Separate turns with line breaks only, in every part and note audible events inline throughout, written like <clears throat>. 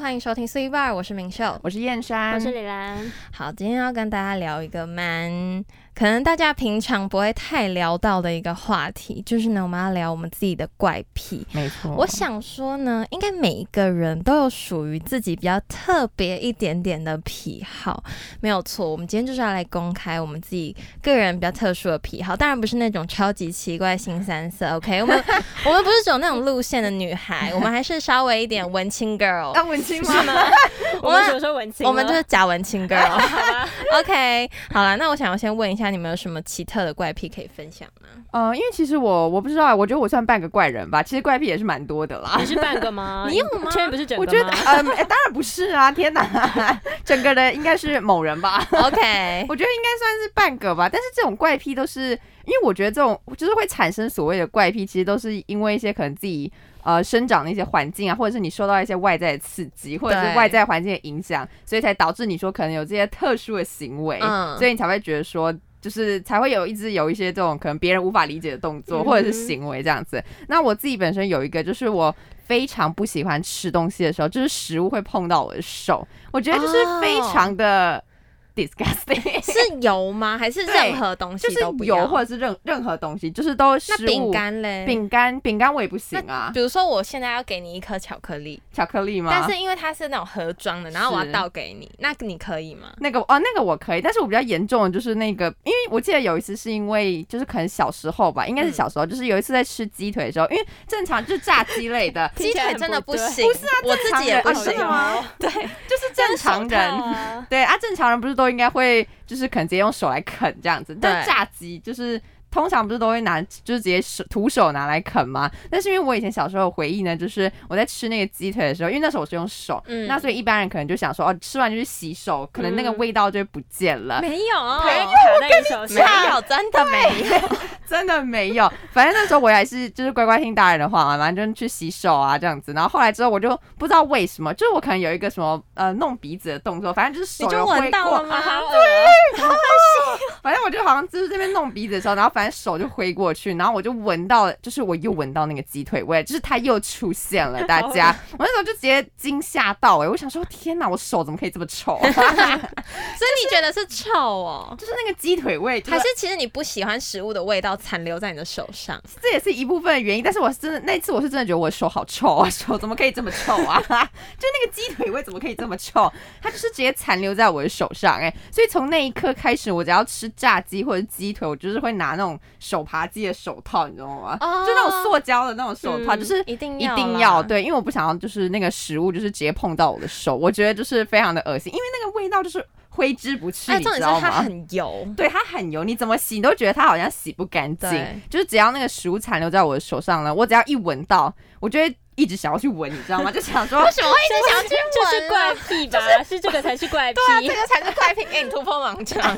欢迎收听 C Bar，我是明秀。
我是燕山，
我是李兰， <laughs>
好，今天要跟大家聊一个蛮可能大家平常不会太聊到的一个话题，就是呢，我们要聊我们自己的怪癖。
没错，
我想说呢，应该每一个人都有属于自己比较特别一点点的癖好，没有错。我们今天就是要来公开我们自己个人比较特殊的癖好，当然不是那种超级奇怪新三色。OK，我们 <laughs> 我们不是走那种路线的女孩，我们还是稍微一点文青 girl。
要文青吗？
我
我
们
们什么时候文青了？啊
我们就是假文青
<laughs>
girl。
好吧，
OK，好啦，那我想要先问一下，你们有什么奇特的怪癖可以分享吗？
呃，因为其实我我不知道啊，我觉得我算半个怪人吧，其实怪癖也是蛮多的啦
你。是半个吗？
<laughs> 你有吗
确认不是整个
我
吗？
觉得，呃，诶当然不是啊！天哪， <laughs> 整个的应该是某人
<laughs>
吧？ <laughs>
？OK，
我觉得应该算是半个吧。但是这种怪癖都是，因为我觉得这种就是会产生所谓的怪癖，其实都是因为一些可能自己呃生长的一些环境啊，或者是你受到一些外在的刺激，或者
对
是外在环境的影响，所以才导致你说可能有这些特殊的行为，
嗯
所以你才会觉得说。就是才会有一直有一些这种可能别人无法理解的动作
嗯，
或者是行为这样子。那我自己本身有一个，就是我非常不喜欢吃东西的时候，就是食物会碰到我的手，我觉得就是非
哦
常的
<laughs>
disgusting。
是油吗？还是
对
任何东西
就是
都不要？
油或者是任任何东西，就是都
那
食物。
饼、干嘞？
饼干、饼干我也不行啊
比，如说我现在要给你一颗巧克力，
巧克力吗？
但是因为它是那种盒装的，然后我要
是
倒给你，那你可以吗？
那个哦，那个我可以，但是我比较严重的就是那个，因为我记得有一次是因为就是可能小时候吧，应该是小时候，就是有一次在吃鸡腿的时候， <laughs> 因为正常嗯就是炸鸡类的
听
鸡
起来
腿
很
真的
不对
<laughs>
行，我自己也不
啊
行
真的。吗？
对，
就是正常
手套
人。
啊
对啊，正常人不是都应该会就是可能直接用手来啃这样子，但炸鸡就是通常不是都会拿就是直接手徒手拿来啃吗？但是因为我以前小时候的回忆呢，就是我在吃那个鸡腿的时候，因为那时候我是用手，
嗯
那所以一般人可能就想说哦，吃完就去洗手，可能那个味道就会不见了。
没有，
没有，啊我跟你手
<laughs> 没
上
有，真的没有。
<laughs> 真的没有。反正那时候我还是就是乖乖听大人的话嘛，反正就去洗手啊这样子。然后后来之后我就不知道为什么，就是我可能有一个什么呃弄鼻子的动作，反正就是手
你就
有挥
闻到
过
了吗
啊
<laughs>
好恶
反正我就好像就是这边弄鼻子的时候，然后反正手就挥过去，然后我就闻到了，就是我又闻到那个鸡腿味，就是它又出现了。大
<laughs>
家，
哦
我那时候就直接惊吓到哎、我想说天哪，我手怎么可以这么臭、
所以你觉得是臭哦？
就是那个鸡腿味，就
还是其实你不喜欢食物的味道残留在你的手上？
这也是一部分的原因。但是我是真的那一次我是真的觉得我手好臭啊， <laughs> 手怎么可以这么臭啊？ <laughs> 就那个鸡腿味怎么可以这么臭？它就是直接残留在我的手上哎、所以从那一刻开始，我只要吃炸鸡或者鸡腿，我就是会拿那种手扒鸡的手套，你知道吗？
<laughs> 哦
就那种塑胶的那种手套，
嗯
就是。
一定
一
要
定
啦
要啊对，因为我不想要就是那个食物就是直接碰到我的手，我觉得就是非常的恶心，因为那个味道就是挥之不去，
哎，
你
重
知
点
道
是它
吗？
很油，
对，它很油，你怎么洗你都觉得它好像洗不干净
对。
就是只要那个食物残留在我的手上呢，我只要一闻到，我就会一直想要去闻，你知道吗？
<laughs>
就想说
为什么会一直想去
就
闻
是
啊
怪癖吧？是这个才是怪癖。
这个才是怪癖，哎给你突破盲肠。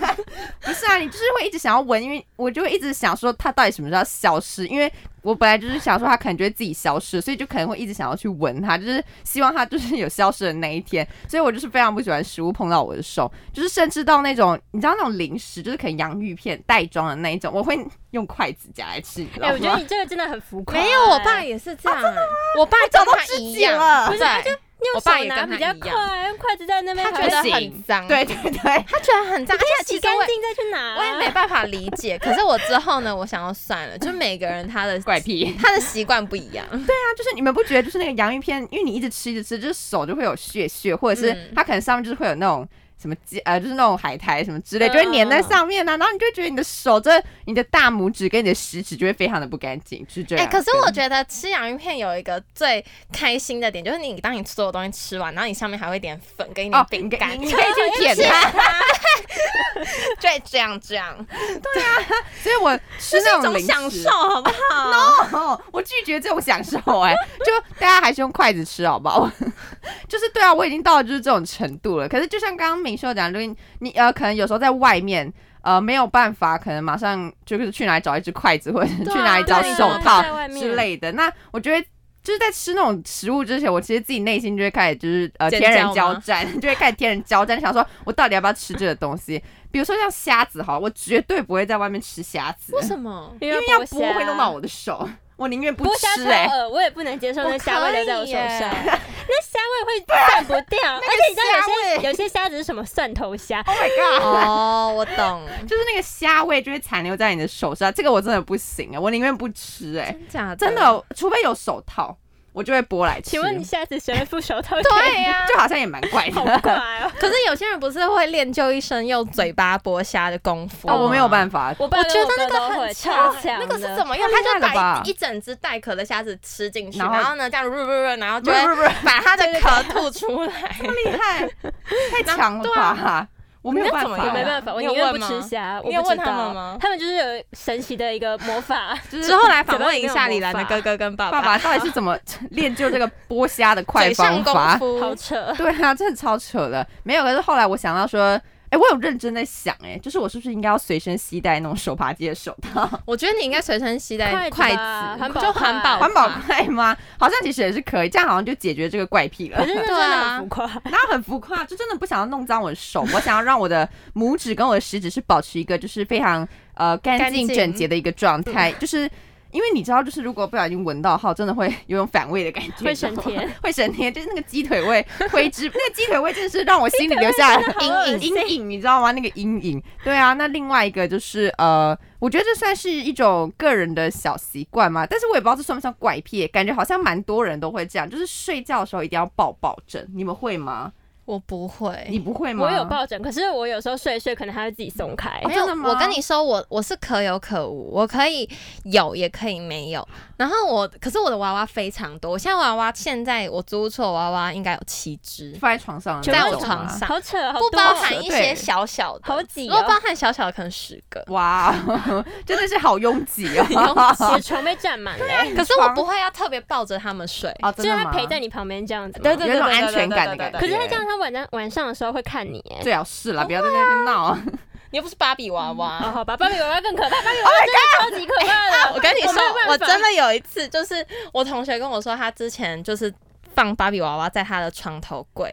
不是啊，你就是会一直想要闻，因为我就会一直想说它到底什么时候要消失，因为我本来就是想说它可能就会自己消失，所以就可能会一直想要去闻它，就是希望它就是有消失的那一天。所以我就是非常不喜欢食物碰到我的手，就是甚至到那种你知道那种零食，就是可能洋芋片袋装的那一种，我会用筷子夹来吃，你知道
哎，
吗？
我觉得你这个真的很浮夸。
<laughs> 没有，我爸也是这样，我爸
找
跟
到
他
知
一
己
样
了，
对，我
用
爸也跟
手
他
拿比较
一样，
快，用筷子在那边
他
还
觉
会
得
不行
很脏，
<laughs> 对，
<laughs>
对对。
他觉得很脏，而且其
洗
实我
干
也
净再去拿。
我也没办法理解，可是我之后呢，我想要算了，就每个人 <laughs> 他的
怪癖，
他的习惯不一样，
就是你们不觉得就是那个洋芋片，因为你一直吃一直吃，就是手就会有屑屑，或者是
嗯
它可能上面就是会有那种什么鸡呃，就是那种海苔什么之类，
嗯
就会粘在上面啊，然后你就会觉得你的手这你的大拇指跟你的食指就会非常的不干净，就是这
哎、
样。
可是我觉得吃洋芋片有一个最开心的点，就是你当你所有东西吃完，然后你上面还会一点粉跟一
哦啊
点，饼
饼
干，
干你可以去舔它，
<laughs> 对，这样这样，
所以我
这
吃
是
那
一种
零
享
食
受，，好不好？
哦，我拒绝这种享受、哎，就大家还是用筷子吃好不好？就是对啊，我已经到了就是这种程度了。可是就像刚刚明秀讲，就是你呃，可能有时候在外面。呃，没有办法，可能马上就是去哪里找一只筷子，或者是
对啊
去哪里找
对啊
手套
在外面
之类的。那我觉得就是在吃那种食物之前，我其实自己内心就会开始就是呃
尖
天
叫
人
吗
交战，就会开始天人交战，想说我到底要不要吃这个东西？比如说像虾子好了，我绝对不会在外面吃虾子，
为什么？
因
因为
为
要
剥
剥会弄到我的手。我宁愿不
剥虾哦
吃哎、
超恶，呃我也不能接受那虾味留在我手上，
欸我可以
<laughs> 那虾味会散不
<laughs>
掉，而且你知道有
虾味
些有些虾子是什么蒜头虾，
Oh my
<laughs>
god！
哦，我懂，
就是那个虾味就会残留在你的手上，这个我真的不行啊，我宁愿不吃哎、
真假的？哦
真的，除非有手套，我就会剥来吃。
请问你下次学会副手
<laughs> <laughs>
套？<laughs>
对啊呀、
<laughs> 就好像也蛮怪
好
的。
怪哦！
可是有些人不是会练就一身用嘴巴剥虾的功夫
哦，我没有办
法。
法，
我
我
爸
觉得那
跟
个
我哥都
很
会超强
那
的，
个是怎么用？
太厉害
他就
了吧
把一整只带壳的虾子吃进去，
然后
然后呢这样润润润，然后
不
就是
不
会
是不是，
把它的壳吐出来。
厉害，太强了吧！我没有
你要
办
怎么
法，
我
用
没办法，我
你有
宁愿不
问吗
吃虾。我
你有
不
问
知
他们
道
吗
他们就是有神奇的一个魔法，
就
<laughs>
是
之后来访问一下李 <laughs> 兰的哥哥跟爸
爸爸到底是怎么 <laughs> 练就这个剥虾的快
嘴
方
上
法
功？
好
夫。
扯。
<laughs> 对啊，真的超扯的。没有，可是后来我想到说，哎、我有认真在想、哎，就是我是不是应该要随身携带那种手扒鸡的手套，
我觉得你应该随身携带
筷
筷
子吧环
子，啊
保
就环保
环保
筷
筷吗？好像其实也是可以，这样好像就解决这个怪癖了
可。是那真
对
的
啊
很浮夸，
然后很浮夸，就真的不想要弄脏我的手，我想要让我的拇指跟我的食指是保持一个就是非常呃干
干
净
净
整洁的一个状态，就是。因为你知道，就是如果不小心闻到的话，真的会有种反胃的感觉，
会升天
你知道吗，会升天，就是那个鸡腿味 <laughs> 挥之，那个鸡腿味真的是让我心里留下了
好恶
阴影，阴影，你知道吗？那个阴影。对啊，那另外一个就是呃，我觉得这算是一种个人的小习惯嘛，但是我也不知道这算不算怪癖，感觉好像蛮多人都会这样，就是睡觉的时候一定要抱抱枕，你们会吗？
我不会，
你不会吗？
我有抱枕，可是我有时候睡一睡，可能它会自己松开。
哦
没有
真的，吗
我跟你说，我我是可有可无，我可以有，也可以没有。然后我，可是我的娃娃非常多，我现在娃娃现在我租出的娃娃应该有七只，
放在床上的
在
那
在
种
我
吗，
床上，
好扯，好
不
多
包
哦
含一
对
些小小的，
好挤
如
哦
果包含小小的，可能十个。
哇，真的是好拥挤
你
<laughs>
啊
哦！
的床被占满了，欸
可是我不会要特别抱着他们睡，
啊，
就
真
是
的
它
吗？哦
陪在你旁边这样子吗。
对对
有一种安全感的感觉。
可是它这样，它晚上晚上的时候会看你，哎，
最好是啦，不要在那边闹。
你又不是芭比娃娃，
啊
哦，好吧，芭比娃娃更可怕，芭比
<laughs>
娃娃真的超
Oh
级可怕
<laughs>
的。
我跟你说
没有办，法
我真的有一次，就是我同学跟我说，他之前就是放芭比娃娃在他的床头柜，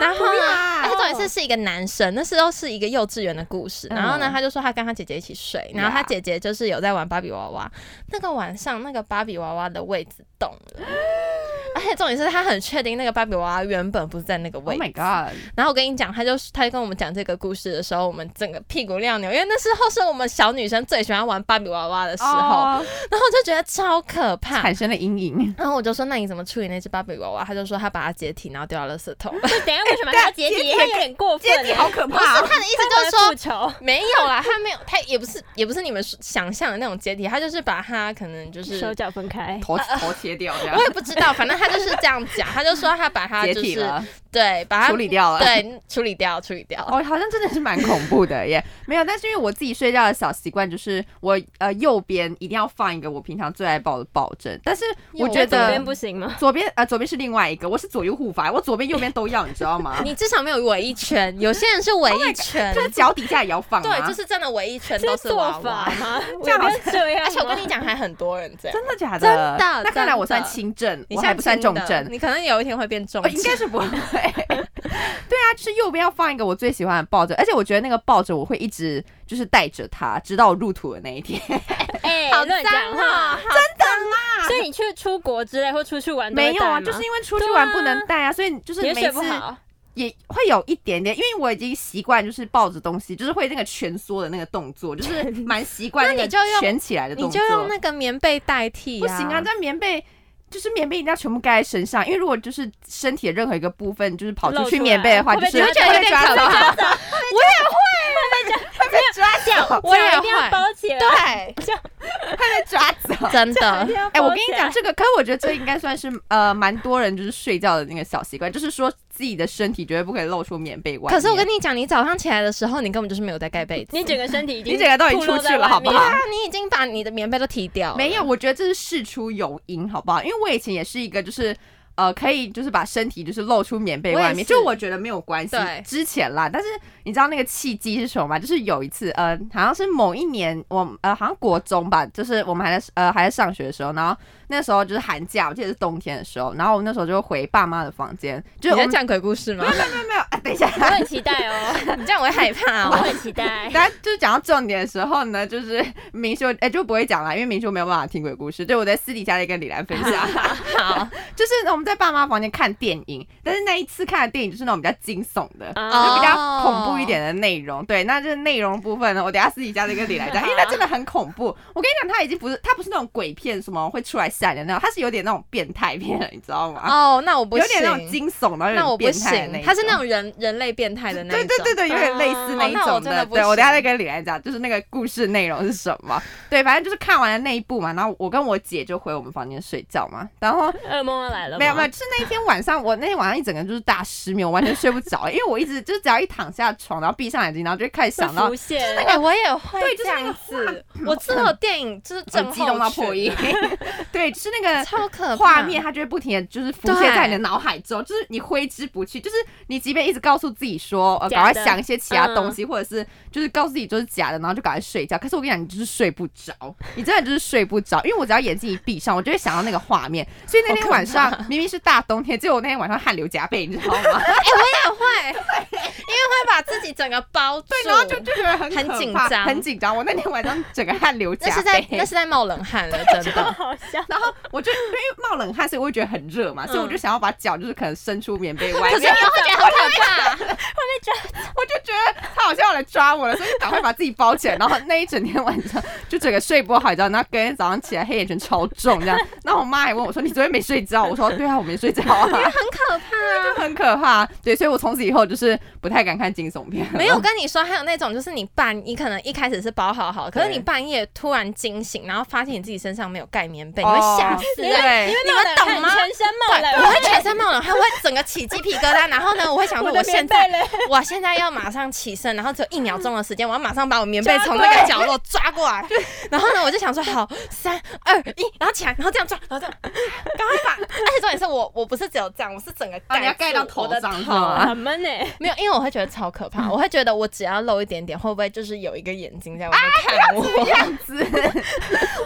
然后
不要
呢，
啊
而且重点是是一个男生，那时候是一个幼稚园的故事。
嗯
然后呢，他就说他跟他姐姐一起睡，然后他
呀
姐姐就是有在玩芭比娃娃，那个晚上那个芭比娃娃的位置动了。
<gasps>
而且重点是他很确定那个芭比娃娃原本不是在那个
Oh
位置
my god！
然后我跟你讲，他就是他跟我们讲这个故事的时候，我们整个屁股尿扭，因为那时候是我们小女生最喜欢玩芭比娃娃的时候。
哦
然后我就觉得超可怕。
产生了阴影。
然后我就说：“那你怎么处理那只芭比娃娃？”他就说：“他把它解体，然后丢到垃圾
<laughs>
桶。
就等一下为什么还要解
解
体？
体
它有点过分欸，
好可怕！
他的意思就是
它会
说
复仇。
没有啦，他没有，他也不是也不是你们想象的那种解体，他就是把它可能就是
手脚分开，
头头切掉这样
我，也不知道，反正他就是这样讲，他就说他把它
<laughs> 解
就
体
是
了，
对把它
处理掉了。
对处理掉处理掉。
<laughs> 哦，好像真的是蛮恐怖的耶。 <laughs> 没有，但是因为我自己睡觉的小习惯就是我呃右边一定要放一个我平常最爱抱的抱枕，但是我
右
觉
边
左
得
边不行吗？
左边呃，左边是另外一个，我是左右护法，我左边右边都要，你知道吗？
<laughs> 你至少没有围一圈，有些人是
Oh
围一圈，
<laughs> 就是脚底下也要放、啊，
对，就是真的围一圈都
这
是
做
娃
法
娃，
<laughs>
吗？
这样好
我不要这样吗，啊
而且我跟你讲，还很多人这样。
真的假的？
真的
那看来我
真
算
的
轻症，
你
我
现
还
在
不算重
轻的
症。
你可能有一天会变重
哦，
症，
应该是不
<laughs>
会。对 <laughs> 啊，就是右边要放一个我最喜欢的抱枕，而且我觉得那个抱枕我会一直就是带着它，直到我入土的那一天。
哎，
好
乱
脏
讲话
啊！！真
所以你去出国之类或出去玩都会
没有啊，
带吗
就是因为出去
对
玩
啊
不能带啊，所以就是
也
每
睡
次
不好，
也会有一点点，因为我已经习惯就是抱着东西，就是会那个蜷缩的那个动作，就是蛮习惯
那
个
你就用
蜷起来的动
你
作。
就用那个棉被代替、
不行啊，这棉被就是棉被一定要全部盖在身上，因为如果就是身体的任何一个部分就是跑
露
出去
出
棉
来
被的话，
会
就
被
是
抓到
会被抓到，抓走，
我也
脚一定要
会
包起来，
<laughs>
对，
这样
会被抓走。
真
一
的
定。要
<laughs> 哎、我
包
跟
起
你
来
讲，这个，可是我觉得这应该算是呃蛮多人就是睡觉的那个小习惯，就是说自己的身体绝对不可以露出棉被外面。
可是我跟你讲，你早上起来的时候，你根本就是没有在盖被子，
你整个身体已经
你整个都已经
暴露
出
在
去了好不
外
对
面
好
啊，你已经把你的棉被都踢掉了
没有，，我觉得这是事出有因，好不好？因为我以前也是一个就是。呃，可以就是把身体就是露出棉被
我也
外面，
是
就我觉得没有关系
对。
之前啦，但是你知道那个契机是什么吗？就是有一次，呃，好像是某一年，我呃好像国中吧，就是我们还在呃还在上学的时候，然后那时候就是寒假，我记得是冬天的时候，然后我那时候就回爸妈的房间，就是
你在
我们
讲鬼故事吗？
没有没有、啊，等一下，<laughs>
我很期待哦，
<laughs> 你这样我会害怕
我
哦。
很期待。
大家就是讲到重点的时候呢，就是明修哎、就不会讲啦，因为明修没有办法听鬼故事，对我在私底下在跟李兰分
<laughs>
享。
<laughs> 好，
就是我们在爸妈房间看电影，但是那一次看的电影就是那种比较惊悚的。
哦
就
啊
比较恐怖一点的内容，对，那就是内容部分呢，我等一下私底下再跟李来讲，哎因为那真的很恐怖。我跟你讲，它已经不是，它不是那种鬼片什么会出来吓人的那种，它是有点那种变态片，你知道吗？
哦，那我不
有点那种
行，
惊悚，然后有
那我
点
不
变态的那
行
一，
他是
种
那种人人类变态的那一
对
种。
对对对，有点类似那
哦
一
那我
种
真的不
对我等一
行
下再跟李安讲，就是那个故事内容是什么。对，反正就是看完了那一部嘛，然后我跟我姐就回我们房间睡觉嘛。然后
噩梦要来了吗，
没有没有，就是那一天晚上，我那天晚上一整个就是大失眠，我完全睡不着，因为我一直就是只要一躺下床，然后闭上眼睛，然后就会开始想到
会浮现，
哎，我也会
对就
这
是那个
样子。我知道电影就是
很
正
激动到破
后群
<laughs>
音，对，就是那个
超可怕
画面，它就会不停的就是浮现在你
对
的脑海中，就是你挥之不去。就是你即便一直告诉自己说，呃，
假
赶快
的
想一些其他
嗯
东西，或者是就是告诉自己就是假的，然后就赶快睡觉。可是我跟你讲，你就是睡不着，你真的就是睡不着，因为我只要眼睛一闭上，我就会想到那个画面。所以那天晚上明明是大冬天，结果我那天晚上汗流浃背，你知道吗？
也会， <laughs> 因为会把自己整个包住。
对，然后就就觉得很
很
可
紧
怕
张
很紧张。我那天晚上整个汗流浃背，
<laughs> 那是在那是在冒冷汗了，真的。
好笑。
<laughs> 然后我就因为冒冷汗，所以我会觉得很热嘛，所以我就想要把脚就是可能伸出棉
<laughs>
被外
嗯可
面，
是你会觉得好可怕，
我就觉得他好像要来抓我了，所以就赶快把自己包起来。然后那一整天晚上就整个睡不好，你知道，然后隔天早上起来黑眼圈超重这样。然后我妈还问我说：“你昨天没睡觉？”我说：“对啊，我没睡觉啊。”
很可怕。
就很可怕，对，所以我从此以后就是不太敢看惊悚片。
<laughs> 没有，我，跟你说，还有那种就是你半，你可能一开始是包好好，可是
对
你半夜突然惊醒，然后发现你自己身上没有盖棉被，你
哦
会吓死啊
你
人。
对
因为
你们
冒冷汗
懂吗
全身冒
对，
冷
我
汗，
会全身冒冷汗，我会整个起鸡皮疙瘩，然后呢，我会想说，我
的
现
棉
在
被嘞，
<laughs>
<laughs> 我现在要马上起身，然后只有一秒钟的时间，我要马上把我棉被从那个角落抓过
<laughs>
来。然后呢，我就想说好，三二一，然后起来，然后这样抓，然后这样，赶快把。而且重点是我，我不是只有这样，我是整个
啊你要盖到
住我
头
的
上嗯是
头啊
<laughs> 吗
很闷哎。
没有，因为我会觉得超可怕，我会觉得我只要露一点点，会不会就是有一个眼睛在外
啊
面看我？
子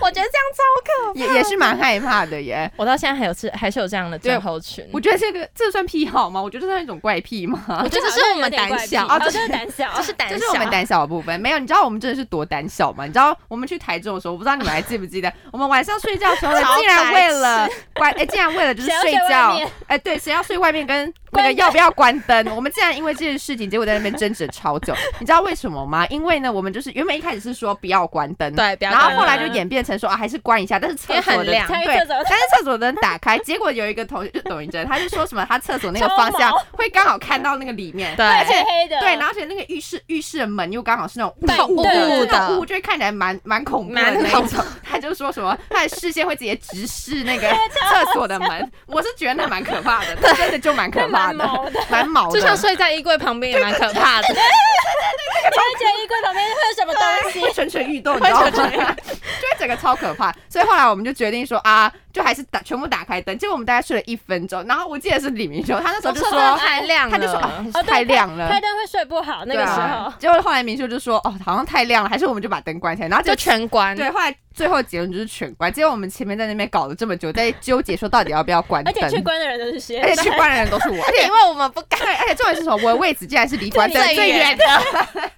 我觉得这样超可怕。
<laughs> 也也是蛮害怕的耶。
我到现在还有是还是有这样的症候群，
我觉得这个这算癖好吗？我觉得这算一种怪癖吗？
我觉得这是我们胆小
啊，
哦
这
这
是胆小，
就是胆
这
小，
是我们胆小的部分。没有，你知道我们真的是多胆小吗？你知道我们去台中的时候，我不知道你们还记不记得，我们晚上睡觉的时候呢，
<laughs> 超
竟然
白
为了关，哎、竟然为了就是
谁要
睡
睡外
觉
面，
哎、对，谁要睡外
<laughs>
面跟那个
关
要不要关灯，我们竟然因为这件事情，结果在那边争执超久。你知道为什么吗？因为呢，我们就是原本一开始是说不要关灯，
对，不要
然后
担
后
心
来就演变成说啊，还是关一下，但是
因
厕
为很
所的
亮
开
对
厕，所
但是厕所灯打开，结果有一个同学就董宇哲，他就说什么他厕所那个
超
方向
毛
会刚好看到那个里面，
对
而且
黑黑的，
对，然后而且那个浴室浴室的门又刚好是那种
半
雾
雾
就是
的
那种雾就会看起来蛮蛮恐怖的
蛮
那
恐
一种。他就说什么他的视线会直接直视那个厕所的门，我是觉得那蛮可怕的，那真的就蛮可怕
蛮
的，
毛的，
蛮毛的。
就像睡在衣柜旁边也蛮可怕的。
你会觉得衣柜旁边会
<laughs>
有什么东西
会蠢蠢欲动，你知道吗？就会整个超可怕。所以后来我们就决定说啊，就还是打全部打开灯。结果我们大概睡了一分钟，然后我记得是李明修， <laughs> 他那时候就
说
说。
太亮了，
他就说、啊、
哦对
太亮了，
开灯会睡不好那个
对
时
啊
候。
结果后来明秀就说：“哦，好像太亮了，还是我们就把灯关起来。”然后
就
就
全关。
<laughs> 对，后来最后结论就是全关。结果我们前面在那边搞了这么久，在纠结说到底要不要关
而
灯，
且去关的人都是谁？
而且去关的人都是 <laughs> 我，而且
因为我们不敢。 <laughs>
对，而且重点是什么？我的位置竟然是离关灯
最
最
远
远的， <laughs>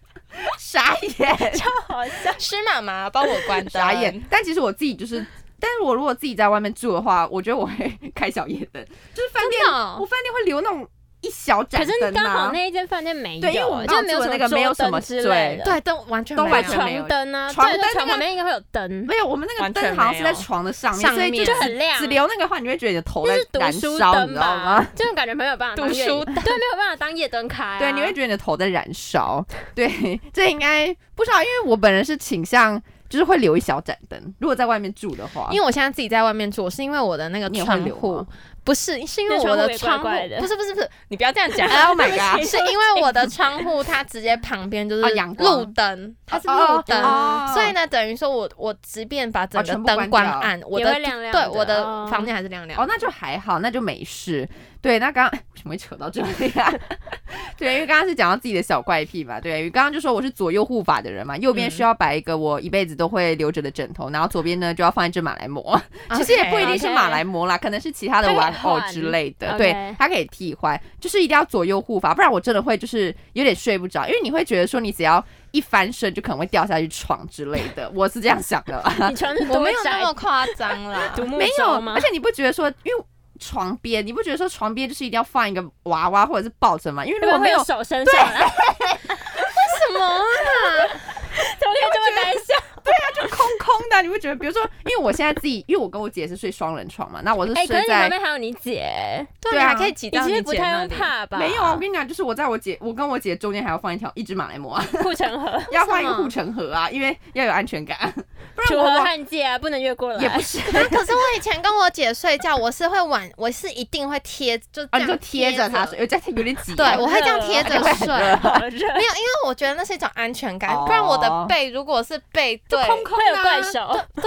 傻眼，
<laughs> 超好
<laughs>
笑。
施妈妈帮我关灯，
傻眼。但其实我自己就是。但是我如果自己在外面住的话，我觉得我会开小夜灯，就是饭店，
真的哦
我饭店会留那种一小盏
可
灯啊，
是刚好那一间饭店没有，
对因为我们
就没有
住的那个没有什么
桌灯之类的，
对，都完全
都
没有
完全没有
床灯啊，
床灯
对就
那
床
个
旁边应该会有灯，
没有，我们那个
完全
灯好像
没
是在
有
床的上面，
上
所以
面
就
就很亮
只。留那个的话，你会觉得你的头在
就是读
燃
书
烧，你
灯
知道吗
吧？？这种感觉没有办法当
读
夜
书
对，没有办法当夜灯开啊。
对，你会觉得你的头在燃烧。对，这应该不知道，因为我本人是倾向。就是会留一小盏灯。如果在外面住的话，
因为我现在自己在外面住，是因为我的那个
你也会
窗
留
户
吗。
不是，是因为
那
我
窗户
的
也怪
窗户
怪的
不是不是不是，你不要这样讲
Oh
<laughs>
my god！
是因为我的窗户它直接旁边就是
哦阳光
路灯，它是
哦
路灯，
哦
所以呢，等于说我我即便把整
哦
个
全部
灯
关
关
掉
暗，我
也
的
会亮亮
对
的
我的
哦
房间还是亮亮的。
哦，那就还好，那就没事。对，那刚 <laughs> 为什么会扯到这里啊？ <laughs> 对，因为刚刚是讲到自己的小怪癖嘛。对，因为刚刚就说我是左右护法的人嘛，
嗯
右边需要摆一个我一辈子都会留着的枕头，然后左边呢就要放一只马来貘。哦其实也不一
啊
定是马来貘啦，可能是其他的玩偶之类的。
它可以换
对
OK，
它可以替换，就是一定要左右护法，不然我真的会就是有点睡不着，因为你会觉得说你只要一翻身就可能会掉下去床之类的。我是这样想的啦。
你床是
我
多
没有那
窄。
么夸张啦
<laughs>
独木
没有
舟，吗
而？且你不觉得说，因为床边，你不觉得说床边就是一定要放一个娃娃或者是抱枕吗？因为如
对
果
吧？
没
会
有
哎有，手啊伸上来，
<laughs>
什么啊？
怎么可以这么胆小？
就空空的，你会觉得，比如说，因为我现在自己，因为我跟我姐是睡双人床嘛，那我是
<laughs> 哎，可
睡
是你
在
旁。边还有你姐，
对
对
啊，
啊
还可以挤
你
到
其实
你
不
姐
太
那里。
用怕吧？ <laughs>
没有啊，我跟你讲，就是我在我姐，我跟我姐中间还要放一条一只马来貘啊，
护城河，
要放一
为
个
什么
护城河啊，因为要有安全感， <laughs> 不然
楚
我
河
我
汉界啊，不能越过来。
也不是
啊！可是我以前跟我姐睡觉，我是会晚，我是一定会贴，就这
啊，
样
你就贴着它睡，有这样有点挤。哦
对，我会这样贴
<laughs>
着睡。
<laughs>
啊
好热，
没有，因为我觉得那是一种安全感，
哦
不然我的背如果是背对，
空空
会有
的
怪
啊，
手。
对，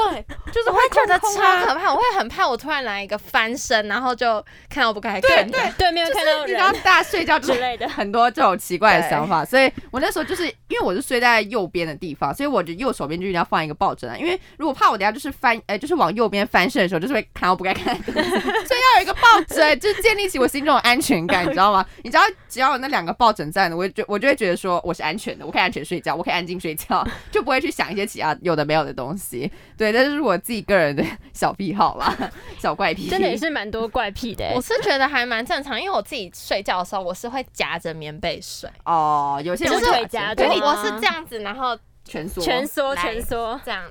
就是
我会觉得
空空
超
啊
可怕，我会很怕我突然来一个翻身，然后就看到不该
对
看的。
对，
对
<laughs>
面
就
会看到
是你知道
人
大家睡觉之
之类的。
很多这种奇怪的想法，所以我那时候就是因为我是睡在右边的地方，所以我的右手边就一定要放一个抱枕啊，因为如果怕我等下就是翻，呃，就是往右边翻身的时候，就是会看到不该看的东西， <laughs> 所以要有一个抱枕，就是建立起我心中的安全感，你知道吗？你知道，只要有那两个抱枕在呢，我就我就会觉得说我是安全的，我可以安全睡觉，我可以安静睡觉，就不会去想一些其他有的没有的东西。对，这就是我自己个人的小癖好啦，小怪癖。
真的也是蛮多怪
<laughs>
癖的欸、
我是觉得还蛮正常，因为我自己睡觉的时候，我是会夹着棉被睡，
哦，有些人
就是
腿夹
我
着对
我
吗
是这样子，然后
蜷缩，
欸蜷缩
来
蜷缩，
这样，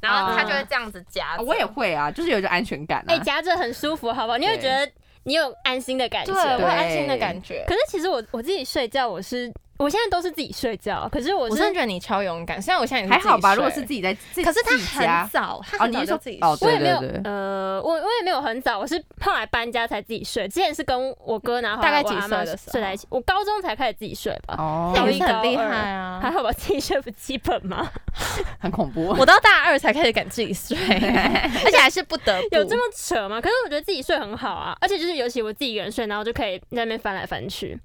然后他就会这样子夹
啊
着。
我也会啊，就是有一种安全感、啊。
哎、夹着很舒服，好不好？你会觉得你有安心的感觉。
对，我有
对
安心的感觉。
可是其实我我自己睡觉，我是我现在都是自己睡觉，可是我
我
是
真的觉得你超勇敢，虽然我现在也是
还好吧，
自
如
己
果
睡
是自己在，自己
可是他
自己家
很早，他
哦
很
你
早
是
就
说
自己
哦
睡
我
了。
也没有
对对对
呃，我我也没有很早，我是后来搬家才自己睡。之前是跟我哥然后
大概
我
几
阿妈
岁的时候
睡在一起，我高中才开始自己睡吧。
哦
那
早
也
一
是很
高
厉
二
害啊！
还好吧，自己睡不基本吗？
很恐怖。
<laughs> 我到大二才开始敢自己
<laughs>
睡，而且还是不得不。
有这么扯吗？可是我觉得自己睡很好啊，而且就是尤其我自己一个人睡，然后就可以在那边翻来翻去。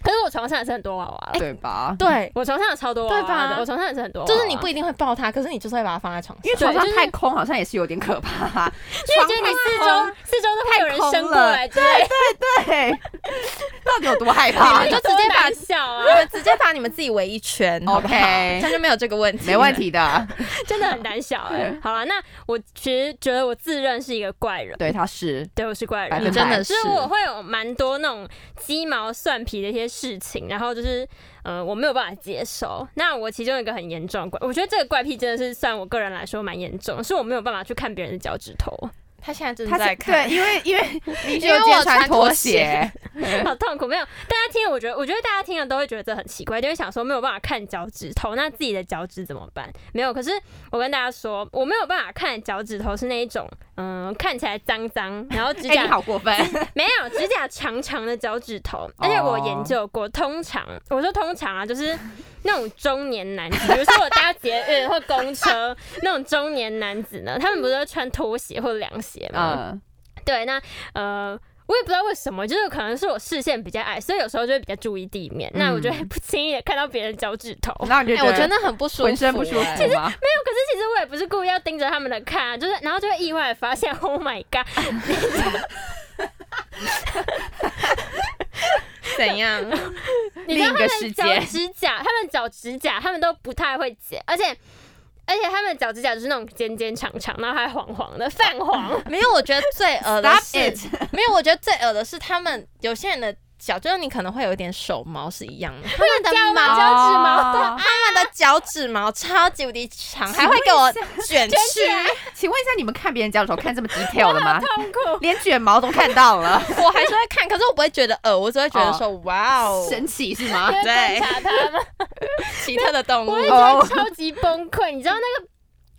可是我床上也是很多娃娃
哎
的，
对吧？
对，
我床上有超多娃
对
娃
吧
的，我床上也是很多娃娃，
就是你不一定会抱它，可是你就是会把它放在床上。
因为床
对
上
就是
太空好像也是有点可怕，
因为
床啊
觉得你四
太
周四周都会有人伸过来之类的， <laughs>
空对， <laughs> 到底有多害
你 <laughs>
怕
们就直接把
多难笑啊
你，们直接把你们自己围一圈好不好
OK
这样就没有这个问题，
没问。题的，
<laughs> 真的很胆小哎、
<laughs>
好了，那我其实觉得我自认是一个怪人，
对，他是
对，我是怪
百
人
你
分。
真
百
的是
就是我会有蛮多那种鸡毛蒜皮的一些事情，然后就是，呃，我没有办法接受。那我其中有一个很严重的怪，我觉得这个怪癖真的是算我个人来说蛮严重，是我没有办法去看别人的脚趾头，
他现在正
他
在
是
看
对，，因为
<laughs>
因为你
因为
有
我
天
穿
穿
拖
拖
鞋 <laughs>
鞋，
<laughs> 好痛苦。没有，大家听了，我觉得，我觉得大家听了都会觉得这很奇怪，就会想说没有办法看脚趾头，那自己的脚趾怎么办？没有，可是我跟大家说，我没有办法看脚趾头是那一种，嗯、看起来脏脏，然后指
<laughs> 哎，
甲
你好哦过分，
没有指甲长长的脚趾头，而且我研究过，通常我说通常啊，就是那种中年男子，比如说我搭捷运或公车 <laughs> 那种中年男子呢，他们不是会穿拖鞋或凉鞋吗？
嗯，
对，那呃。我也不知道为什么，就是可能是我视线比较矮，所以有时候就会比较注意地面。那我就
嗯
会不轻易的看到别人脚趾头。 <laughs>
然后你就
哎，我觉得很不舒服，
<laughs> 浑身不舒
哎
服吗？
没有，可是其实我也不是故意要盯着他们的看啊，就是然后就会意外地发现，Oh <laughs> my god，
<laughs>
怎样？。
你知道
另一
他
个
们
世
脚
界
指甲，他们脚指甲他们都不太会剪，而且而且他们脚指甲就是那种尖尖长长，然后还黄黄的泛黄
<laughs>
<laughs>
没有，我觉得最恶的
Stop
是， <laughs> 没有，我觉得最恶的是他们有些人的脚，就是你可能会有一点手毛是一样
<laughs>
的，他们的毛
脚趾
<laughs>
毛
哦
他们的脚趾毛超级无敌长，还会给我卷去。
请问一下，你们看别人脚趾头看这么 detail 的
<laughs>
吗？
痛苦，
连卷毛都看到了，
我还是会看，可是我不会觉得恶，我只会觉得说哇哦，
<laughs> 神奇是吗
因？为
对
哎
观察他们，
奇特的动物哦
我。会觉得超级崩溃。你知道那个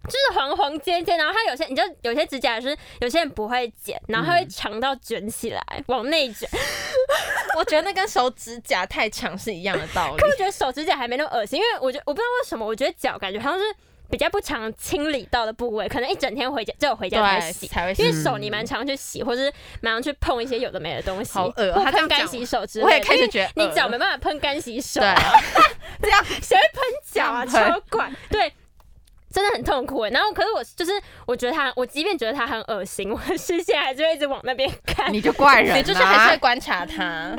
就是黄黄尖尖，然后它有些你就有些指甲是有些人不会剪，然后它会
嗯
长到卷起来、往内卷。
<laughs> 我觉得那跟手指甲太长是一样的道
<laughs>
理
可。我觉得手指甲还没那么恶心，因为我觉得我不知道为什么，我觉得脚感觉好像是比较不常清理到的部位，可能一整天回家只有回家才洗。
才会
因
洗
为手你蛮常去洗，或是蛮常去碰一些有的没的东西，
嗯好恶哦
或
他这
碰
样
干
讲
洗手之类
我
的。
也开始
因为
觉得
你脚没办法碰干洗手
对，
啊，
这样
谁会喷脚啊？
这样
超怪， <laughs> 对，真的很痛苦哎。然后可是我就是我觉得他，我即便觉得他很恶心，我的视线还是会一直往那边看，
你就怪人、啊，
你就是还是会观察
<laughs>
它。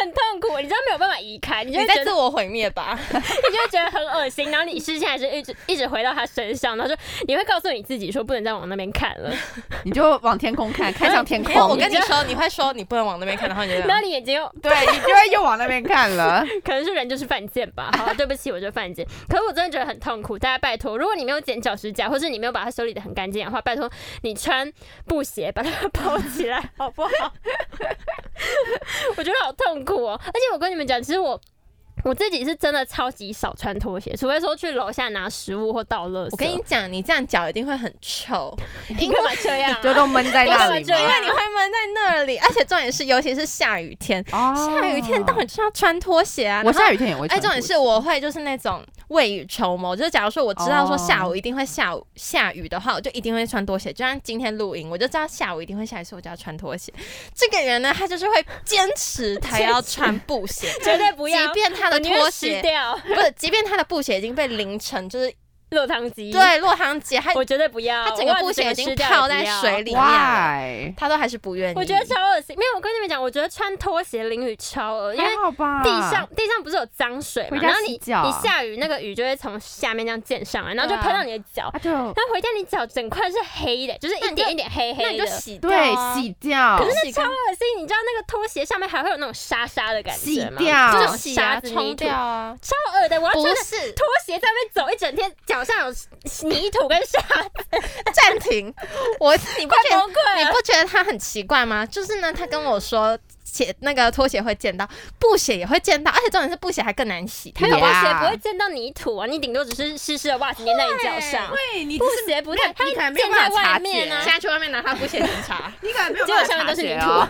很痛苦，欸你知道没有办法移开，你就
你
会觉
在
得
自我毁灭吧？
你就会觉得很恶心，然后你视线还是一直一直回到他身上，然后就你会告诉你自己说不能再往那边看了，
<laughs> 你就往天空看，看
<laughs>
向天空
没有，，我跟你说，你会说你不能往那边看，然后
<laughs>
你就这
然
样
后你眼睛又
对你就会又往那边看 <laughs> 了。
可能是人就是犯贱吧。好，啊对不起，我就犯贱。可是我真的觉得很痛苦，大家拜托，如果你没有剪脚趾甲，或是你没有把它修理的很干净的话，拜托你穿布鞋把它 <laughs> 包起来，好不好？ <laughs> 我觉得好痛苦哦。而且我跟你们讲，其实我。我自己是真的超级少穿拖鞋，除非说去楼下拿食物或倒垃圾。
我跟你讲，你这样脚一定会很臭，
你干嘛这样、啊？
就都闷在那里
对
因
啊
为你会闷在那里，而且重点是，尤其是下雨天，
哦
下雨天到底就是要穿拖鞋啊。
我
然后
下雨天也会
哎，
穿
重点
裤
是我会就是那种未雨绸缪，就是假如说我知道说
哦
下午一定会下午下雨的话，我就一定会穿拖鞋。就像今天录音，我就知道下午一定会下雨，所以我就要穿拖鞋。这个人呢，他就是会坚持他要穿布鞋，
绝对不要
即便他的
我宁愿
拖
湿
鞋
掉
不是，即便他的布鞋已经被淋成就是
落汤鸡。，
对落汤鸡，他
我绝对不要。
他整个
袜子
布鞋已
湿
经
掉也
泡
不
在
要
水里面了，
Why？
他都还是不愿意。
我觉得超恶心。没有，我跟你们讲，我觉得穿拖鞋淋雨超恶，因为
还好
啊
吧，
地上、地上不是有脏水嘛，
回家
然后你
洗脚
你下雨，那个雨就会从下面这样溅上来，然后就
对啊
喷到你的脚。
啊就
然后回家，你脚整块是黑的，就是
那
一
你就
点一点黑黑的。
那你就洗掉
对
啊
洗掉
可，是那超
恶心，你知道那个拖鞋上面还会有那种沙沙的感
洗
觉吗？
掉
就
就是是
洗
洗
啊
啊，
冲
冲
掉
掉啊，
超恶的，我要穿
不
着
<laughs> 是
拖鞋在外面走一整天，脚上有泥土跟沙
暂停，我你不觉
快
得
崩溃了
你不觉得他很奇怪吗？就是呢，他跟我说。鞋那个拖鞋会溅到，布鞋也会溅到，而且重点是布鞋还更难洗。他
没有
有
布鞋
Yeah
不会溅到泥土啊，你顶多只是湿湿的袜子粘在你脚上。
对你
布鞋不太，它
你可能没有
溅在
办法
外
察
面啊
觉
现，在去外面拿他布鞋检 <laughs> 查，
你可能没有
结果
办法
下
<laughs>
面都是
察
泥
觉
土
哦。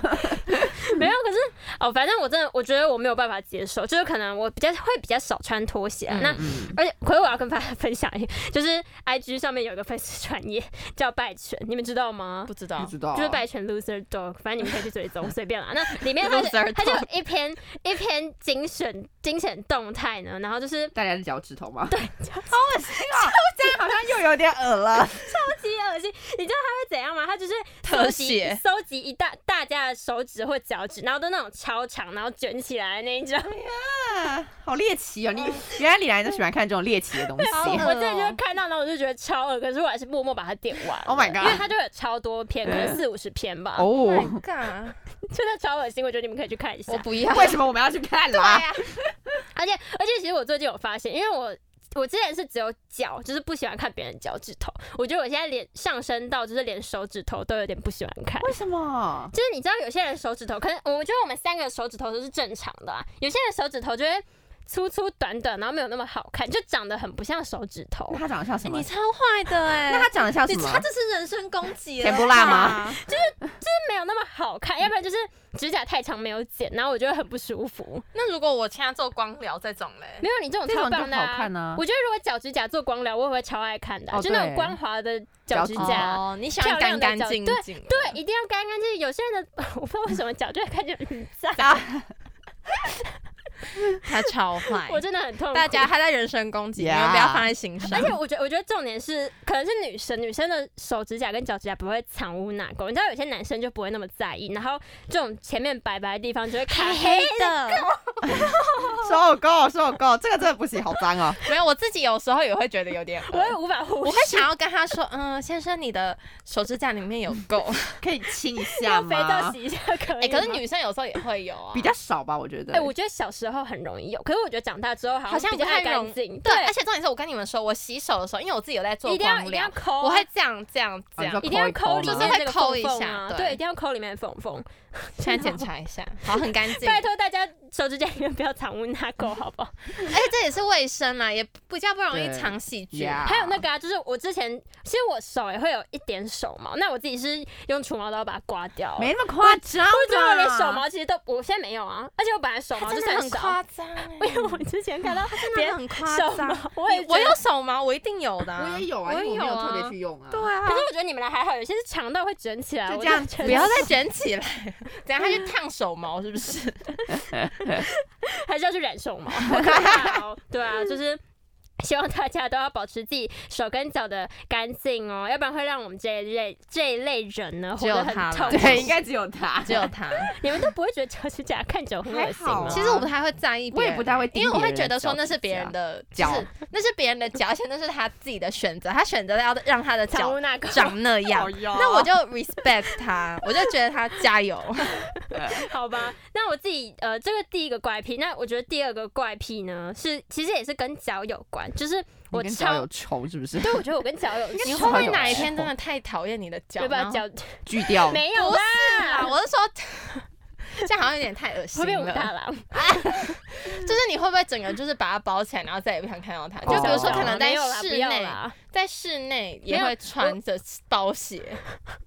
<laughs> 没有。可是哦，反正我真的我觉得我没有办法接受，就是可能我比较会比较少穿拖鞋啊、
嗯
那
嗯
而且，可是我要跟大家分享一个，就是 I G 上面有一个粉丝专业叫拜犬，你们知道吗？
不知
不
道
知道，
就是拜犬 loser dog，反正你们可以去追踪，随便啦。那里面它就
Loser
它就有一篇一篇精选精选动态呢，然后就是
大家的脚趾头吗？对，好恶心啊！这样好像又有点恶了。
极恶心。你知道他会怎样吗？他就是搜
特
集
写
搜集一大大家的手指或脚趾，然后都那种超长，然后卷起来的那一
<laughs>
种。
啊 <laughs> 好猎奇哦！你原来李兰都喜欢看这种猎奇的东西。
然后
好恶
我真的就会看到，然后我就觉得超恶，可是我还是默默把它点完了。
Oh my god
因为它就有超多篇，
嗯
可能四五十篇吧，
哦，
Oh God，
真的超恶心。我觉得你们可以去看一下
我。不要。
为什么我们要去看
啊
啦？
而且而且，其实我最近有发现，因为我。我之前是只有脚，就是不喜欢看别人脚趾头。我觉得我现在连上升到就是连手指头都有点不喜欢看。
为什么？
就是你知道有些人手指头，可能我觉得我们三个手指头都是正常的啊，有些人手指头就会粗粗短短，然后没有那么好看，就长得很不像手指头
那。他长得像什么
你？超坏的哎、
那他长得像什
你
么啊
他？这是人身攻击了，
甜不辣吗？
没有那么好看，要不然就是指甲太长没有剪，然后我就会很不舒服。
那如果我现在做光疗这种嘞，
没有你这种
这
超
种就
棒的、
好看啊
我觉得如果脚趾甲做光疗，我也会超爱看的啊、
哦
就那种
对
光滑的脚趾
指
甲。
哦，你喜欢干干净净，
对，一定要干干净净。有些人的 <laughs> 我不知道为什么脚就会开始很脏，
他超坏。
我真的很痛苦。
大家，他在人身攻击，你
Yeah
们不要放在心上
而。且我觉得，我觉得重点是，可能是女生，女生的手指甲跟脚指甲不会藏污纳垢。你知道有些男生就不会那么在意，然后这种前面白白的地方就会卡黑。
的，
受够，受够，这个真的不行，好脏哦！
没有，我自己有时候也会觉得有点恶，
我也无法
<laughs>
忽
我
视
会。想要跟他说，嗯，先生，你的手指甲里面有 <laughs> 垢。
可以亲一下
用肥皂
吗？
洗一下可以吗？
哎哎、可是女生有时候也会有啊，
比较少吧，我觉得。
哎、我觉得小时时候很容易有，可是我觉得长大之后
好像
比较
不太
爱
容
干净，
对，而且重点是我跟你们说，我洗手的时候，因为我自己有在做
一定要一
光
定要
疗，
抠啊，
我会这样这样这
哦你
样
说，
一定要抠
抠一抠
里
吗
面那
就是
个
会抠一
缝缝
下
啊，
对
对，一定要抠里面的缝缝。
现在检查一下，好，很干 <laughs> 净。
拜托大家手指甲里面不要藏污纳垢，好不好？
而且这也是卫生啊，也比较不容易
对
藏细菌。
呀，
还有那个啊，就是我之前，其实我手也会有一点手毛，那我自己是用除毛刀把它刮掉。
没那么夸张啦，
我觉得我连手毛其实都，我现在没有啊，而且我本来手毛就
真的
算
很
少，
夸张欸，
<laughs> 因为我之前
<laughs>
看到别
真的
人
很夸
手
张。
毛，我也
我
觉得
有手毛，我一定有的啊、
我也有啊，
我
因为
也
我没
有
有
啊
特别去用啊。
对啊
可，是我觉得你们俩还好，有些是长到会卷起来，
就
我
这样
<laughs> 觉得
不要再卷起来，等下他去烫手毛是不是？
还是要去染
<laughs>
手毛。好可怕哦对啊，就是。希望大家都要保持自己手跟脚的干净哦，要不然会让我们这一类这一类人呢活
只有
得很
他
痛
了
苦。
对，应该只有 <laughs> 他，
只有他。
你们都不会觉得脚趾甲看久很恶心
还
哦
好
吗
啊？
其实我不太会在意别
我
人，
也不太会盯
因为我会
别人的
觉得说那是
脚趾
别人
甲
的
脚
就是那是别人的脚，而且那是他自己的选择，他选择要让他的
藏
脚
污纳垢，
长那样
<laughs> 哎。呦
那我就 respect 他，我就觉得他加油。
<laughs> 好吧，那我自己呃，这个第一个怪癖，那我觉得第二个怪癖呢，是其实也是跟脚有关，就是
你
我
跟脚
超
有，仇是不是？
<laughs> 对，我觉得我跟脚
<laughs>
有，
你会
是
不
超
会
有
哪一
仇
天真的太讨厌你的脚？
对吧？
然后
脚
锯掉，
没有啦，
啊，我哦是说， <laughs> 这样好像有点太恶心
会变武大
了。
郎，
就是你会不会整个就是把它包起来，然后再也不想看到它？
哦
就比如说可能在
没有啦，不
室
要
内，
啦，
在室内也
没有
会穿着包鞋。啊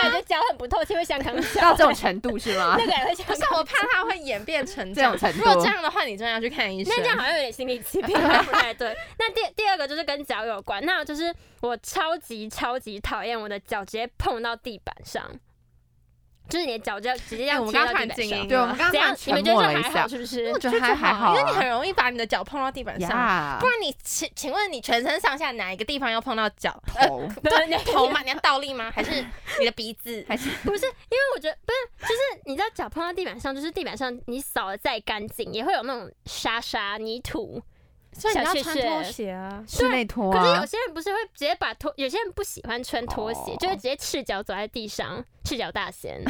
那感觉脚很不透气，会香港
<laughs>
脚，
到这种程度是吗
<laughs> 那？个也
<laughs>
会
不
香
是，
港。
我怕它会演变成
这
样。
种程度
如果这样的话，你真的要去看医生。
那这样好像有点心理
<laughs>
疾病，不太对。那第第二个就是跟脚有关，那就是我超级超级讨厌我的脚直接碰到地板上，就是你的脚就直接这
哎
样
我们
贴
刚
到
刚突然
地板
静
上
音。
对，我们刚
怎
刚
样？你
沉
们觉
默
得
了
这
一
还好
下，
是
<laughs>
不是
我？觉得
就
还
还
好，因为
好
你
啊
很容易把你的脚碰到地板上。
呀
不，然你请请问你全身上下哪一个地方要碰到脚？呃，
头
对，
头 <laughs> 吗？你要倒立吗？还是你的鼻子？
还是
不是， <laughs> 因为我觉得不是，就是你知道脚碰到地板上，就是地板上你扫的再干净，也会有那种沙沙泥土。
<laughs> 所以你要
小
穿
屑屑
拖鞋啊。
室内拖
可是有
啊？
些人不是会直接把拖，有些人不喜欢穿拖鞋，
哦
就会直接赤脚走在地上，赤脚大仙， <laughs>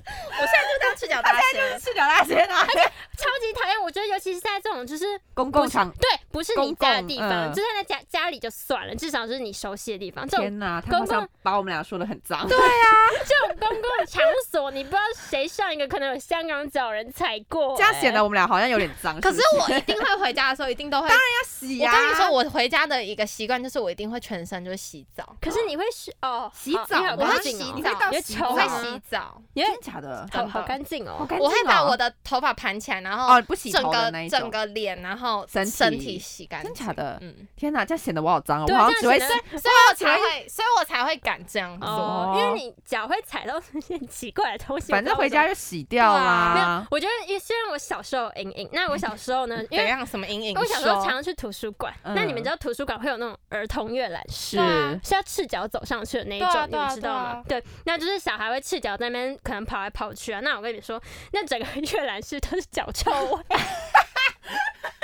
我现在就当赤 <laughs> 脚大鞋。
赤脚大街啊，
超级讨厌。我觉得尤其是在这种就是
公共场，
对，不是你
公
家的
共
地方，
嗯
就是在家家里就算了，至少是你熟悉的地方。这种
天哪，他好像把我们俩说的很脏。对，
这种公共场所，你不知道谁上一个可能有香港脚人踩过、
这样
欸
显得我们俩好像有点脏。
可
是
是我一定会回家的时候，一定都会。啊
要洗啊
我
呀，
跟你说，我回家的一个习惯就是我一定会全身就是洗澡，
可是你会洗哦，
洗
好
澡
因为好
我
我
会
干
洗
净
澡
哦
你会到
有
洗
臭
我
澡啊
会
吗
洗澡，啊
因为
真假的？
好好
真的
干净
好
哦。
干净哦
我会把我的头发盘起来，然后
哦，不洗
整
头的那
个
一种
整个脸，然后
身体
身体洗干净。
真假的？
嗯，
天哪，这样显得我好脏，我
对
好像只
这
会
样显得
所以我才会，所以我才会敢这样做。
哦
哦，
因为你脚会踩到一些奇怪的东西，
反正回家就啊洗掉
我不知道为什么没有
啦。。
我觉得，因为虽然我小时候有阴影，那我小时候
<laughs>
呢，因
怎
为
样？什么阴影？
我小时候
说
常常去图书馆，
嗯
那你们知道图书馆会有那种儿童阅览室。
对啊
是，
是要赤脚走上去的那一
对
种
啊，
你
对啊
们知道吗？对，那就是小孩会赤脚在那边可能跑来跑去啊。那我跟你们说，那整个 <laughs> 阅览室都是脚臭味， <laughs>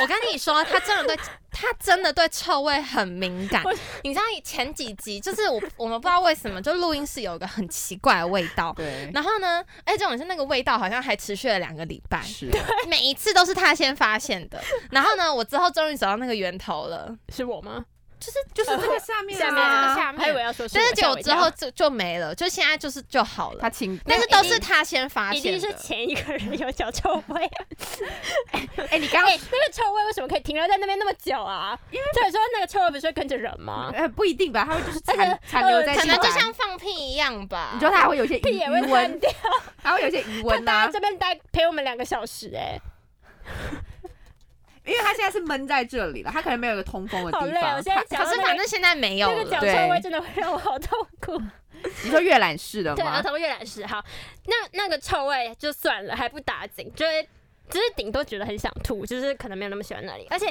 我跟你说，他真的对，他真的对臭味很敏感。你知道前几集就是我，我们不知道为什么，就录音室有一个很奇怪的味道。
对，
然后呢，哎，这种是那个味道好像还持续了两个礼拜，
是
每一次都是他先发现的。然后呢，我之后终于找到那个源头了，
是我吗？
就是
<laughs>
这个下面
下面
啊
下面，还以为要说是我，
但是结
吓
果
我一
之
跳
后就就没了，就现在就是就好
他
了。
清，
但是都是他先发
一
现
定是
的。
前一个人有脚臭
<laughs>
味、啊。
哎，你刚
哎、那个臭味为什么可以停留在那边那么久啊？因为所以说那个臭味不是会跟着人
嗯
吗？
呃不一定吧，他会就是
而且
残残留在
呃可
地
能
板，
就像放屁一样吧
你，知道他还会有一些
屁
余
也会
余
散
<laughs> 温，
掉。
还会有一些余
啊
他
温啊呐
待在，这边待陪我们两个小时、哎
因为他现在是闷在这里了，他可能没有一个通风的
哎，好
地
累哦！
方
我。现在讲
可
到
是
那个
反正现在没有
那个脚
了。
臭味
对
真的会让我好痛苦。
<laughs>
你说阅览室的
对，儿啊
吗？
童阅览室，好，那那个臭味就算了，还不打紧，就会只是顶多觉得很想吐，就是可能没有那么喜欢那里。而且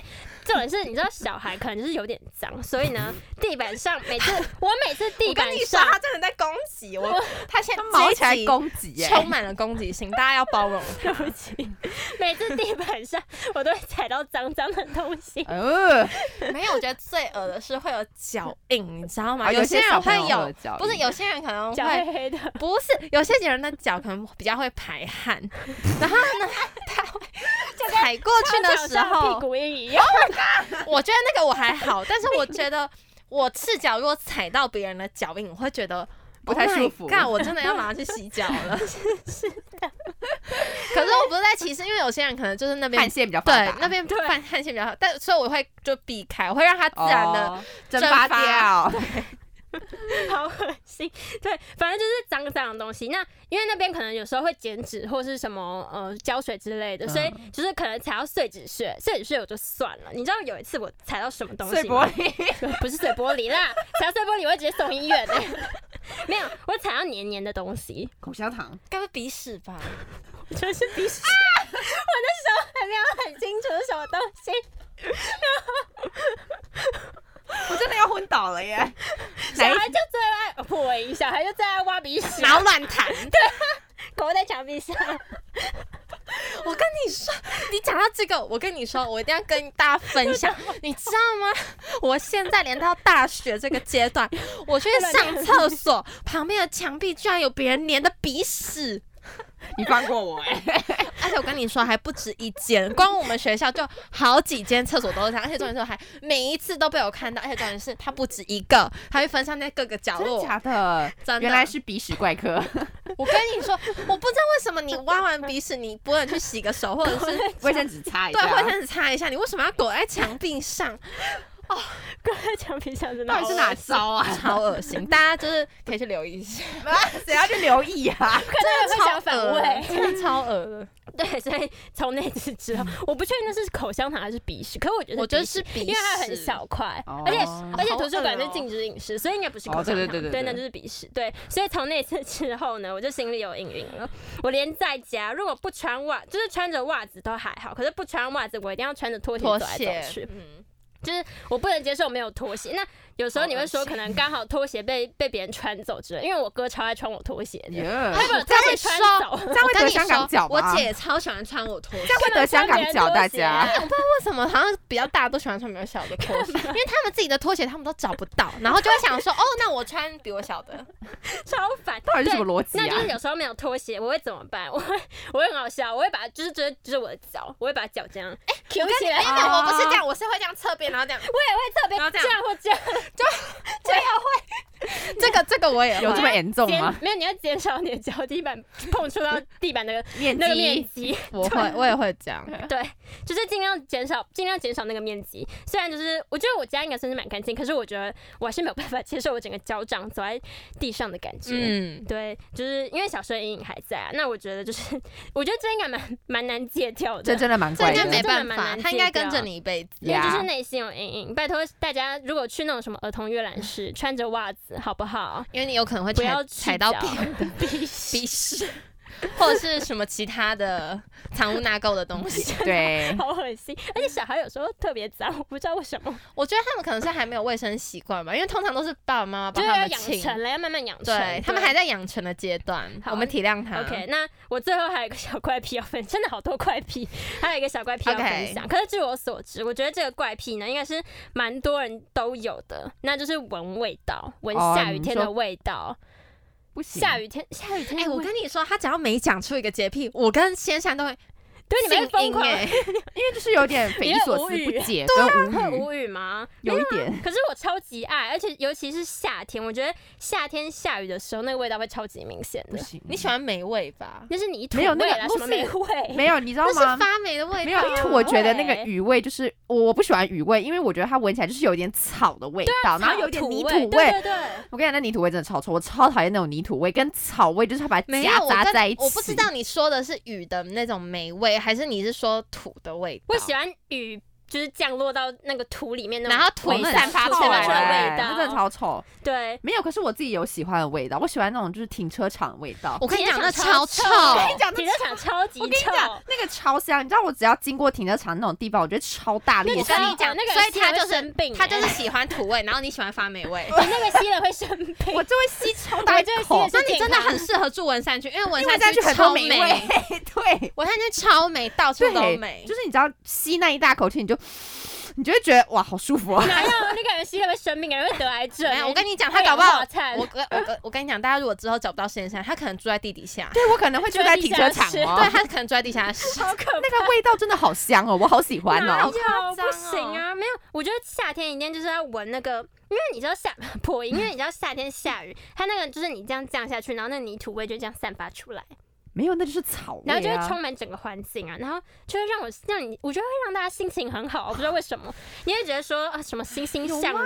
重点是，你知道小孩可能就是有点脏，所以呢，地板上
<laughs>
每次我每次地
我跟
板
你说，
上
他真的在攻击我，他现在
他毛
这
起
一
来
集
攻击耶、
充满了攻击性，大家要包容。
对不起， <laughs> 每次地板上我都会踩到脏脏的东西。
呃，
没有，我觉得最恶的是会有脚印，你知道吗？
啊有
些
些小
人
朋
会
友会有
有
脚，印
不是有些人可能
脚黑
会。
黑的，
不是，有些人的脚可能比较会排汗，然后呢，他会踩过去的时
像
候
屁，股印一样，
我觉得那个我还好，但是我觉得我赤脚如果踩到别人的脚印，我会觉得
不太舒服
Oh 干、我真的要马上去洗脚
<laughs>
了。是的。可是我不是在歧视，因为有些人可能就是那边
汗腺比较发
对
达
那边
对
汗汗腺比较好，但所以我会就避开，我会让它自然的。
哦蒸
蒸
发
发
掉， <laughs>
<laughs> 好恶心。对，反正就是脏脏的东西。那因为那边可能有时候会剪纸或是什么呃胶水之类的，
嗯
所以就是可能踩到碎纸屑，碎纸屑我就算了。你知道有一次我踩到什么东
碎
西
玻
吗？
璃，
不是碎玻璃啦，踩到碎玻璃我会直接送医院的、 <laughs> 没有，我踩到黏黏的东西，
口香糖，
该不会鼻屎
<laughs>
吧？
就是鼻屎。我
啊
那时候还没有很清楚是什么东西，
我真的要昏倒 <laughs> 了耶！
小
哪一
孩就最爱哦破音，小孩就最爱挖鼻屎，
然后乱弹。
狗在墙壁上。
我跟你说，你讲到这个，我跟你说，我一定要跟大家分享，你知道吗？我现在连到大学这个阶段，我去上厕所，旁边的墙壁居然有别人粘的鼻屎，
你放过我哎！
而且我跟你说还不止一间，光我们学校就好几间厕所都是这样，而且重点是还每一次都被我看到，而且重点是它不止一个，它会分散在各个角
<laughs> 哦真的
落。
假的？
真的
原来是鼻屎怪 <laughs> 科，
我跟你说，我不知道为什么你挖完鼻屎，你不能去洗个手，或者是
卫生纸擦一下。
对，卫生纸擦一下，你为什么要躲在墙壁上？
狗在墙壁上真的
到
好
底是
恶心，
哪招啊？
超恶心，大家就是可以去留意一下，
<laughs> 谁要去留意啊？ <laughs>
真的会想反胃。
真的超恶的。
<laughs> 对，所以从那次之后，我不确定那是口香糖还是鼻屎，可是我觉得
我觉得
鼻屎
是鼻屎，
因为它很小块，
哦
而且
好
而且图
恶
书馆是
哦
禁止饮食，所以应该不是口
哦
香
对
糖，
对对对对
那就是鼻屎。对，所以从那次之后呢，我就心里有阴影了。我连在家如果不穿袜，就是穿着袜子都还好，可是不穿袜子，我一定要穿着拖鞋
拖
走来走
鞋，
去。
嗯，
就是我不能接受没有拖鞋。那有
哦
时候你会说，可能刚好拖鞋被被别人穿走之类，因为我哥超爱穿我拖鞋的，
耶
他把我拖鞋穿走，
<laughs>
<laughs>
这样
我
会
跟
得
你
香港脚
说，我
吗？
姐也超喜欢穿我拖鞋
这。样会得香港脚，大家。
为什么好像比较大都喜欢穿比较小 <laughs> 的拖鞋？因为他们自己的拖鞋他们都找不到，然后就会想说，哦，那我穿比我小的。
超烦。
到底是什么
对
逻辑
那就是
啊？
有时候没有拖鞋，我会怎么办？我会我会很好笑，我会把就是就是就是我的脚，我会把脚这样哎
我
举
跟
起
你
来，
哎
我
没有，我不是这样，我是会这样侧边，然后这样。
也
然
会
后
特
这
别
样
这样或这样，
<laughs> 这个这个我也
有这
会。
么严重吗
减？没有你要减少你的脚底板碰触到地 <laughs> 板那个
面
那个面 <laughs> 积，
我 <laughs> 会，我也会这样。
对，就是尽量减少尽量减少那个面积。虽然就是我觉得我家应该算是蛮干净，可是我觉得我还是没有办法接受我整个脚掌走在地上的感觉。
嗯，
对，就是因为小时候阴影还在啊。那我觉得就是， <laughs> 我觉得这应该蛮蛮难戒掉的。
这真的蛮
这
怪
应该
的
没。办
真的蛮
法，
难
他应该
戒掉
跟着你一辈子。
因为就
呀
是内心有阴影，拜托大家，如果去那种什么儿童阅览室，穿着袜子好
<laughs>
不好？
因为你有可能会
不要
踩踩到
赤
鼻
脚
<laughs> 鼻鼻屎，或者是什么其他的藏污纳垢的东
<laughs>
西。
对，
好恶心！而且小孩有时候特别脏，我不知道为什么，
我觉得他们可能是还没有卫生习惯吧，因为通常都是爸爸妈妈
就
帮
是
他
要
们
养
清。
成了，要慢慢养成。
对他们还在养成的阶段，
好
我们体谅他。
OK，那我最后还有一个小怪癖要分，真的好多怪癖，还有一个小怪癖要分享。可是据我所知，我觉得这个怪癖呢，应该是蛮多人都有的，那就是闻味道，闻
哦
下雨
你
天
说
的味道。
不行。
下雨天，下雨天
哦哎、
的味，
我跟你说，他只要每讲出一个洁癖，我跟先生都会
对你们会
静
疯
音
狂
哎、
<laughs> 因为就是有点匪夷所思不解
会
啊
跟无语，
无语吗？
嗯有啊一点。
可是我超级爱，而且尤其是夏天，我觉得夏天下雨的时候，那个味道会超级明显
不
的。
行，
你喜欢霉味吧？
那是你土
没有那
味
个
啦，
不
什么霉
是
<laughs> 味？
没有？你知道
哎那
吗
是？发霉的味
没
道
有，
啊。
因为我觉得那个
对
雨味就是我不喜欢雨味，因为我觉得它闻起来就是有点草的味
啊
道，然后有点
草
泥
土
土
对
味。
对对，
我跟你讲，那泥土味真的超臭，我超讨厌那种泥土味跟草味，就是它把它
没有，
夹
我
杂
跟
在一起。
我不知道你说的是雨的那种霉味，还是你是说土的味道？
我喜欢雨就是降落到那个土里面那种，
然后
我
腿
们
散发
很
出
臭
散发
来
出来
的
哎
味道
那真的超臭。
对，
没有，可是我自己有喜欢的味道，我喜欢那种就是停车场的味道。
我跟你讲，那
停车
超
场
臭。
我
跟你讲，
停车场超级
我跟你
臭，
讲，那个超香。你知道我只要经过停车场那种地方，我觉得超大力
我
的
那
香。
跟你讲，
那个
所以
吸
他
了会
就是
生病
他就
欸
是喜欢土味，然后你喜欢发霉味。
你那个吸了会生病。
我就会吸超大一
对就是
口
吸，
<laughs> 那
得
你真的很适合住文山区，因为文
因为
山
再
区
去很
超
多霉
美，
味。 <laughs> 对
文山区超美，到处都
对，
美
就。是你只要吸那一大口气，你就你就会觉得哇，好舒 <laughs> 服啊！
哪有那个人吸了会生病，感觉会得癌症
没有，
欸。
我跟你讲，
二
他搞
氧
不好
化，碳
我跟我跟我跟你讲，大家如果之后找不到实验室，他可能住在地底下，
对我可能会住在停车 <laughs> 场
对
哦，
<laughs> 对他可能住在地下室。 <laughs>
好可怕。
那个味道真的好香哦，我好喜欢
哪有
哦。
不行啊，没有，我觉得夏天一定就是要闻那个，因为你知道夏 <laughs> 破音，因为你知道夏天下雨，它那个就是你这样降下去，然后那泥土味就这样散发出
啊
来，
没有，那就是草味、啊。
然后就会充满整个环境啊，然后就会让我让你，我觉得会让大家心情很好，我不知道为什么， <laughs> 你会觉得说啊什么欣欣向荣，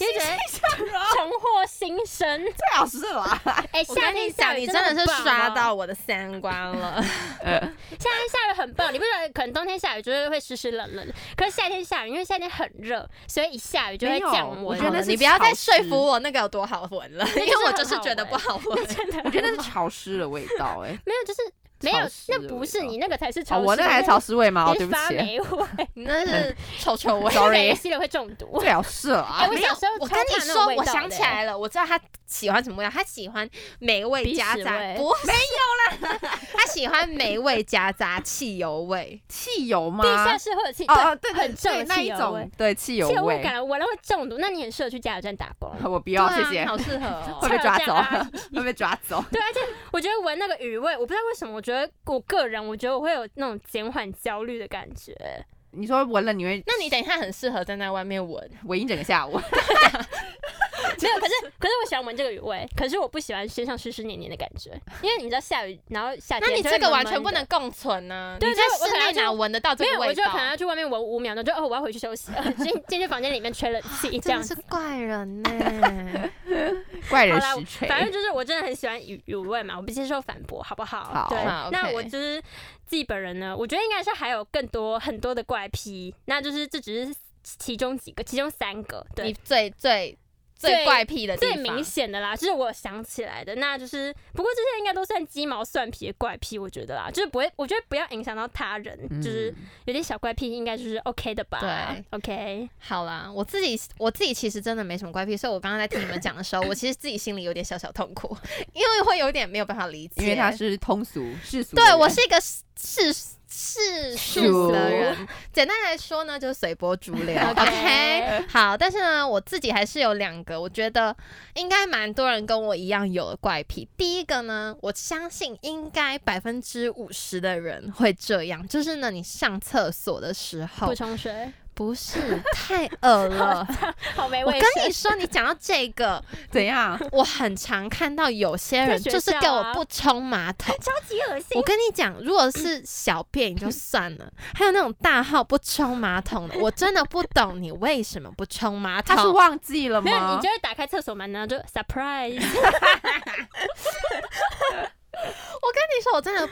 你会觉得 <laughs> 重获新
<laughs>
生，
最好是啊啦。
哎、
我
夏
跟你
天下
讲，
雨
你真的是啊
很棒
刷
哦
到我的三观 <laughs> 了。
夏天下雨很棒，你不觉得可能冬天下雨就是会湿湿冷冷的，可是夏天下雨，因为夏天很热，所以一下雨就会
没有
降
我
温
觉。得那是
你不要再
潮湿
说服我那个有多好闻了，因为我就是觉得不好
<laughs>
闻。
我觉得那是潮湿的味道、哎，
没有，就是没有
潮，湿的
那不是
味道
你那个才是潮
哦，
湿的，
我那还是 <laughs> 潮湿味吗？哦，
你
对
是
不
发
起，
霉味
<laughs> 你那是 <laughs> 臭臭味。
Sorry
吸了会中毒。
最好是啊啦
哎，。我小时候
我
超
跟你
怕那种
说，
味
我
道
想
的
起来了，我知道他喜欢什么味道，他喜欢霉味
鼻
夹
屎
杂，
味
<laughs> 不没有啦，他喜欢霉味夹杂汽油味。
汽油吗？
地下室会有气，
哦哦，对，对
很重
对
的
那
汽
一
油味
种，，对汽油哎
汽油味
味
感，觉闻了会中毒。那你很适合去加油站打工。
<laughs> 我不
对
要，
啊，
谢谢，
好适合哦。<laughs>
<laughs> 会被抓走
加油站阿，
<laughs> 会被抓走。
对，而且啊 <laughs> 我觉得闻那个雨味，我不知道为什么，我觉得我个人，我觉得我会有那种减缓焦虑的感
<laughs>
觉。
你说闻了你会
那你等一下很适合站在外面闻，
闻一整个下午，
没有，可是可是我喜欢闻这个雨味，可是我不喜欢身上湿湿黏黏的感觉，因为你知道下雨，然后夏
那
天
你
就
这
会
个
闷
完
闷
全不
的
能共存呢。
对
你在
就我
室
可能
内哪
就
闻得到这
没
个
有，我
味
就
道
可？能要去外面闻五秒钟，就哦，我要回去休
<laughs>
息，呃进进去房间里面吹冷气这
真
样
的
子。
是怪 <laughs> 人呢。
怪
好
人
啦
实，锤。
反正就是我真的很喜欢雨雨味嘛，我不接受反驳，好不好？
好
对
好
那
OK
我就是自己本人呢，我觉得应该是还有更多很多的怪癖，那就是这只是其中几个，其中三个，
你
对，
最最最
最
怪癖的地
最
方，
明显的啦，就是我想起来的，那就是不过这些应该都算鸡毛蒜皮的怪癖，我觉得啦，就是不会，我觉得不要影响到他人，
嗯
就是有点小怪癖，应该就是 OK 的吧？
对
，OK，
好啦，我自己我自己其实真的没什么怪癖，所以我刚刚在听你们讲的时候，我其实自己心里有点小小痛苦， <laughs> 因为会有点没有办法理解。
因为他是通俗世俗的人，
对我是一个世世俗
俗
的人，简单来说呢，就是随波逐流。
OK
OK，好，但是呢，我自己还是有两个，我觉得应该蛮多人跟我一样有的怪癖。第一个呢，我相信应该百分之五十的人会这样，就是呢，你上厕所的时候
补充水，
不是太饿 <laughs> 了。
好没
哎我
卫
跟
生。
你说，你讲到这个，
怎样？
我很常看到有些
在
人
学
就是
校
给我
啊
不冲马桶。
超级恶心
我。跟你讲，如果是小便也就算了，还有那种大号不冲马桶的，我真的不懂你为什么不冲马桶。
他是忘记了
没有，你
吗
就？会打开厕所门，然后就 surprise。
我跟你说，我真的，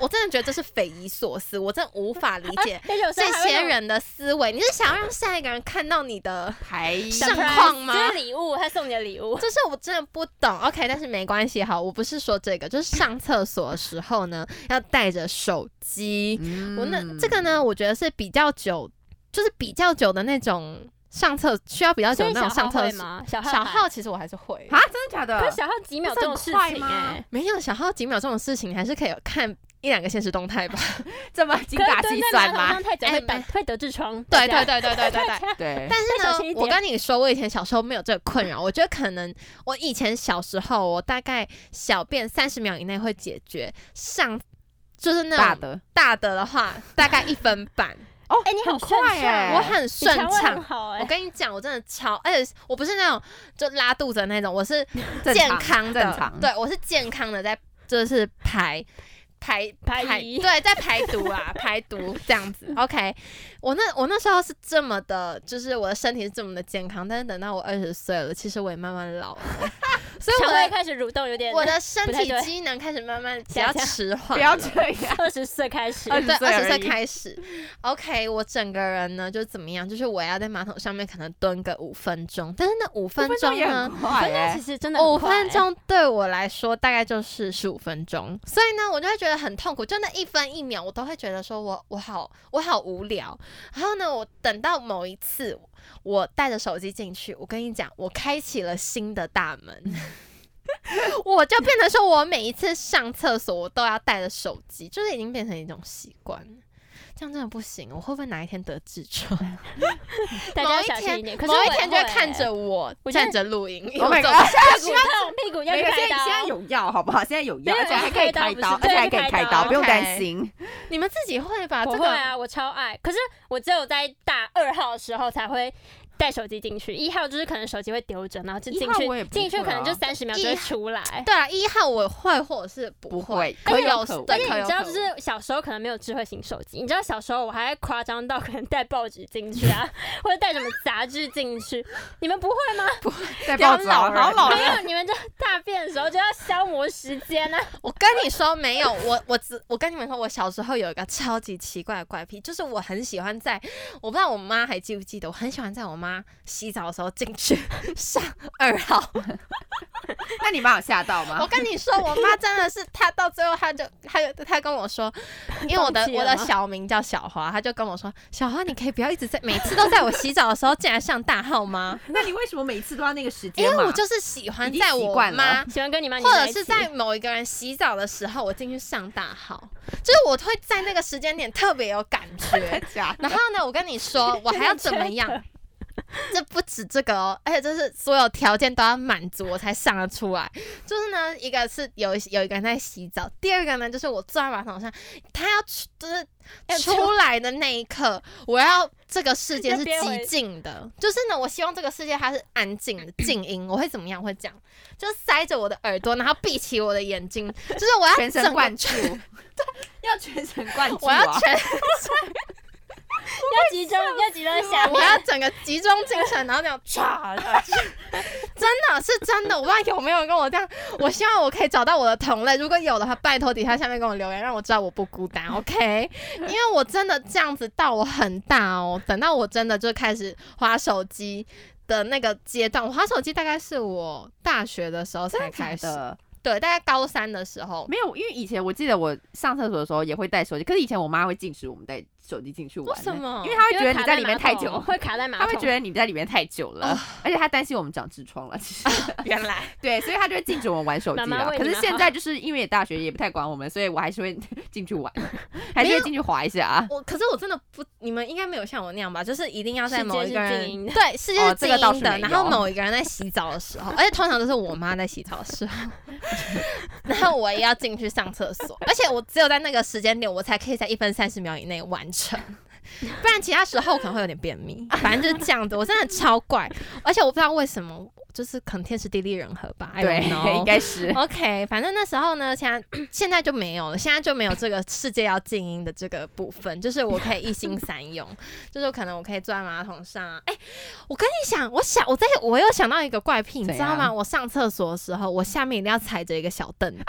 我真的 <laughs> 觉得这是匪夷所思，我真的无法理
<laughs>
解
但是有时
这
候还会
些
有
人的思维。你是想要让下一个人看到你的？
<laughs>
排
上
surprise，
况吗
这是礼物，他送你的
<laughs>
礼物。
就是我真的不懂，OK，但是没关系，好，我不是说这个，就是上厕所的时候呢，
嗯
要带着手机。
嗯
我那这个呢，我觉得是比较久，就是比较久的那种上厕需要比较久
所
的
以
那种上厕所。
吗？小号
小
号
号，其实我还是会，
啊，真的假
可
的
是？小号几秒
不是
钟
很
的事
快
情
吗
哎。
没有小号几秒钟的事情，还是可以有看一两个现实动态
<laughs>
吧。
这么精
可
打
是
细
蹲在
算
马桶
吗
上？太久
哎
会得
哎
会得痔疮。
对
大
对对
家
对对对对。
对，
但
小
是
心
呢，
一点
我跟你说，我以前小时候没有这个困扰。我觉得可能我以前小时候，我大概小便三十秒以内会解决，上就是那
大
种
的
大的的话，大概一分
<laughs>
半，
哦，
哎你
很
很
快
顺畅
哎，
我很
你
顺
肠胃很
畅。
好
我
哎。
跟你讲，我真的超，而且我不是那种就拉肚子的那种，我是
正
健
常
康的，
正常
对我是健康的，在就是排排
排遗
对，在排毒啊，排毒这样子。OK，我那我那时候是这么的，就是我的身体是这么的健康，但是等到我二十岁了，其实我也慢慢老了。所以我
肠胃
的
开始蠕动有点。
我的身
不太
体
对
机能开始慢慢比
下
较
降
迟缓
不
了，
要这样。
<laughs> 二十岁开始，
20
对，
岁
二
而
十岁
已
开始，OK，我整个人呢就怎么样？就是我要在马桶上面可能蹲个五分钟，但是那五分钟
也
呢
很，快
那
哎
其、实真的很
五
快
分，钟对我来说大概就是十五分钟，所以呢，我就会觉得很痛苦，就那一分一秒，我都会觉得说我我好我好无聊。然后呢，我等到某一次，我带着手机进去，我跟你讲，我开启了新的大
<laughs>
门。我就变成说，我每一次上厕所我都要带着手机，就是已经变成一种习惯了。这样真的不行，我会不会哪一天得痔疮？
大家
某
要
一
小心
天
一，点。可是
某一
我也
天就会
欸
看着我
我觉得
站着录音。
Oh my
有种
god！
屁股痛，屁股要
没
去
有，现
开
在现在
刀。
有药好不好？现在有药，
啊
没有
而且还可以开刀，
开刀不
而
是
且还可以
对
开
开
刀，
刀
不用
OK <laughs>
担心。
<laughs> 你们自己会把这
我
个
会啊，我超爱。可是我只有在大二号的时候才会带手机进去，一号就是可能手机会丢着，然后就进
一号我也
去，
不会啊
进去可能就三十秒就
一
会
号
出来。
对啊，一号我会或者是不
不会
但
可
是
有
有
可无
对
而且
可
你
有
知道，
可
就
无
是小时候可能没有智慧型手机，你知道小时候我还夸张到可能带报纸进去啊， <laughs> 或者带什么杂志进去，你们不会吗？
在
养
报纸好
老人
好老
<laughs>
没有，你们就大便的时候就要消磨时间啊。
我跟你说没有，我我只我跟你们说，我小时候有一个超级奇怪的怪癖，就是我很喜欢在，我不知道我妈还记不记得，我很喜欢在我妈洗澡的时候进去上二号。
那你妈有吓到吗
我？跟你说，我妈真的是，她到最后她就她就她跟我
<laughs>
说，因为我的
放弃
我
了
的
吗
小名叫小花，她就跟我说，小花你可以不要一直在每次都在我洗澡的时候进来上大号吗？
那你为什么每次都要那个时
因
间嘛？
为我就是喜欢
已经
在
习
我
惯了
妈
喜欢跟你妈
或者
黏一
是
起
在某一个人洗澡的时候，我进去上大号，就是我会在那个时间点特别有感
<laughs>
觉。
假
然后呢，我跟你说，我还要怎么样？这不止这个哦，而且这是所有条件都要满足我才上得出来。就是呢，一个是有有一个人在洗澡，第二个呢就是我坐在马桶上，他要出就是
要出
出来的那一刻，我要这个世界
要
是
憋回
极静的，就是呢，我希望这个世界它是安静的静音。我会怎么样？会这样，就塞着我的耳朵，然后闭起我的眼睛，就是我要
<laughs> 全
整
神
个
贯注， <laughs> 要全神贯注
我要
啊！
全，
要集中，要集中下
<laughs> 我
面。
要整个集中精神，然后那样唰下去，真的是真的，我不知道有没有人跟我这样。我希望我可以找到我的同类，如果有的话，拜托底下下面跟我留言，让我知道我不孤单，OK？因 <laughs> 为我真的这样子到我很大哦，等到我真的就开始划手机。的那个阶段，我划手机大概是我大学的时候才开
真
始，
的
对，大概高三的时候，
没有，因为以前我记得我上厕所的时候也会带手机，可是以前我妈会禁止我们带手机进去玩
为
呢，
什么？
因为她会
因
觉得
为
你
卡
在里面
马
太
桶
久，
会卡 <laughs> 在马
她
桶。
会觉得你在里面太久了，而且她担心我们长痔疮了。其实
原来
对，所以她就会禁止我们玩手机
妈妈
了。
为
可
你
是
们
现
好
在就是因为也大学也不太管我们，所以我还是会 <laughs> 进去玩，还是
没
会
有
进去滑一下啊。
我可是我真的不，你们应该没有像我那样吧？就是一定要在
世界
某一个
是
人
静音的
对世界
哦
是
这
静
个
音
倒
的，
是没
然
有
后某一个人在洗澡的
<laughs>
时候，而且通常都是我妈在洗澡的时候， <laughs> 然后我也要进去上厕所，而且我只有在那个时间点，我才可以在一分三十秒以内完成。不然其他时候可能会有点便
<laughs>
秘，反正就是这样子。我真的超怪，而且我不知道为什么，就是可能天时地利人和吧。I don't
对，
know
应该是
<laughs> OK，反正那时候呢，现在 <clears throat> 现在就没有了，现在就没有这个世界要静音的这个部分，就是我可以一心三用， <laughs> 就是可能我可以坐在马桶上、啊。哎、我跟你讲，我想我在我又想到一个怪癖，你
怎
知道吗？
样
我上厕所的时候，我下面一定要踩着一个小凳子。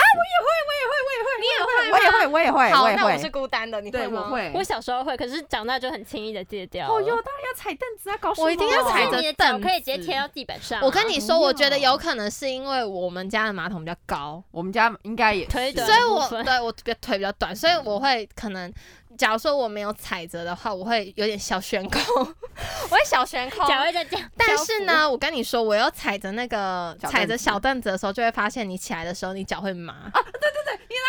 我也会，我也会，我也会，
好，
哎我也
那我是
会。
孤单的，你
对，
会
我
吗？
会。
我小时候会，可是长大就很轻易的戒掉了。
哦哟，当然要踩凳子啊，搞什么？
我一定要
可
踩
是
着
你的
凳
脚可以直接
子
贴到地板上啊。
我跟你说，我觉得
不要
有可能是因为我们家的马桶比较高，
我们家应该也
推
是
的
所以
部
我
分
对我比较腿比较短，所以我会可能，假如说我没有踩着的话，我会有点小悬空， <laughs> 我会小悬空。
脚会在这样，
但是呢，我跟你说，我又踩着那个
小凳子
踩着小凳子的啊时候，就会发现你起来的时候，你脚会麻。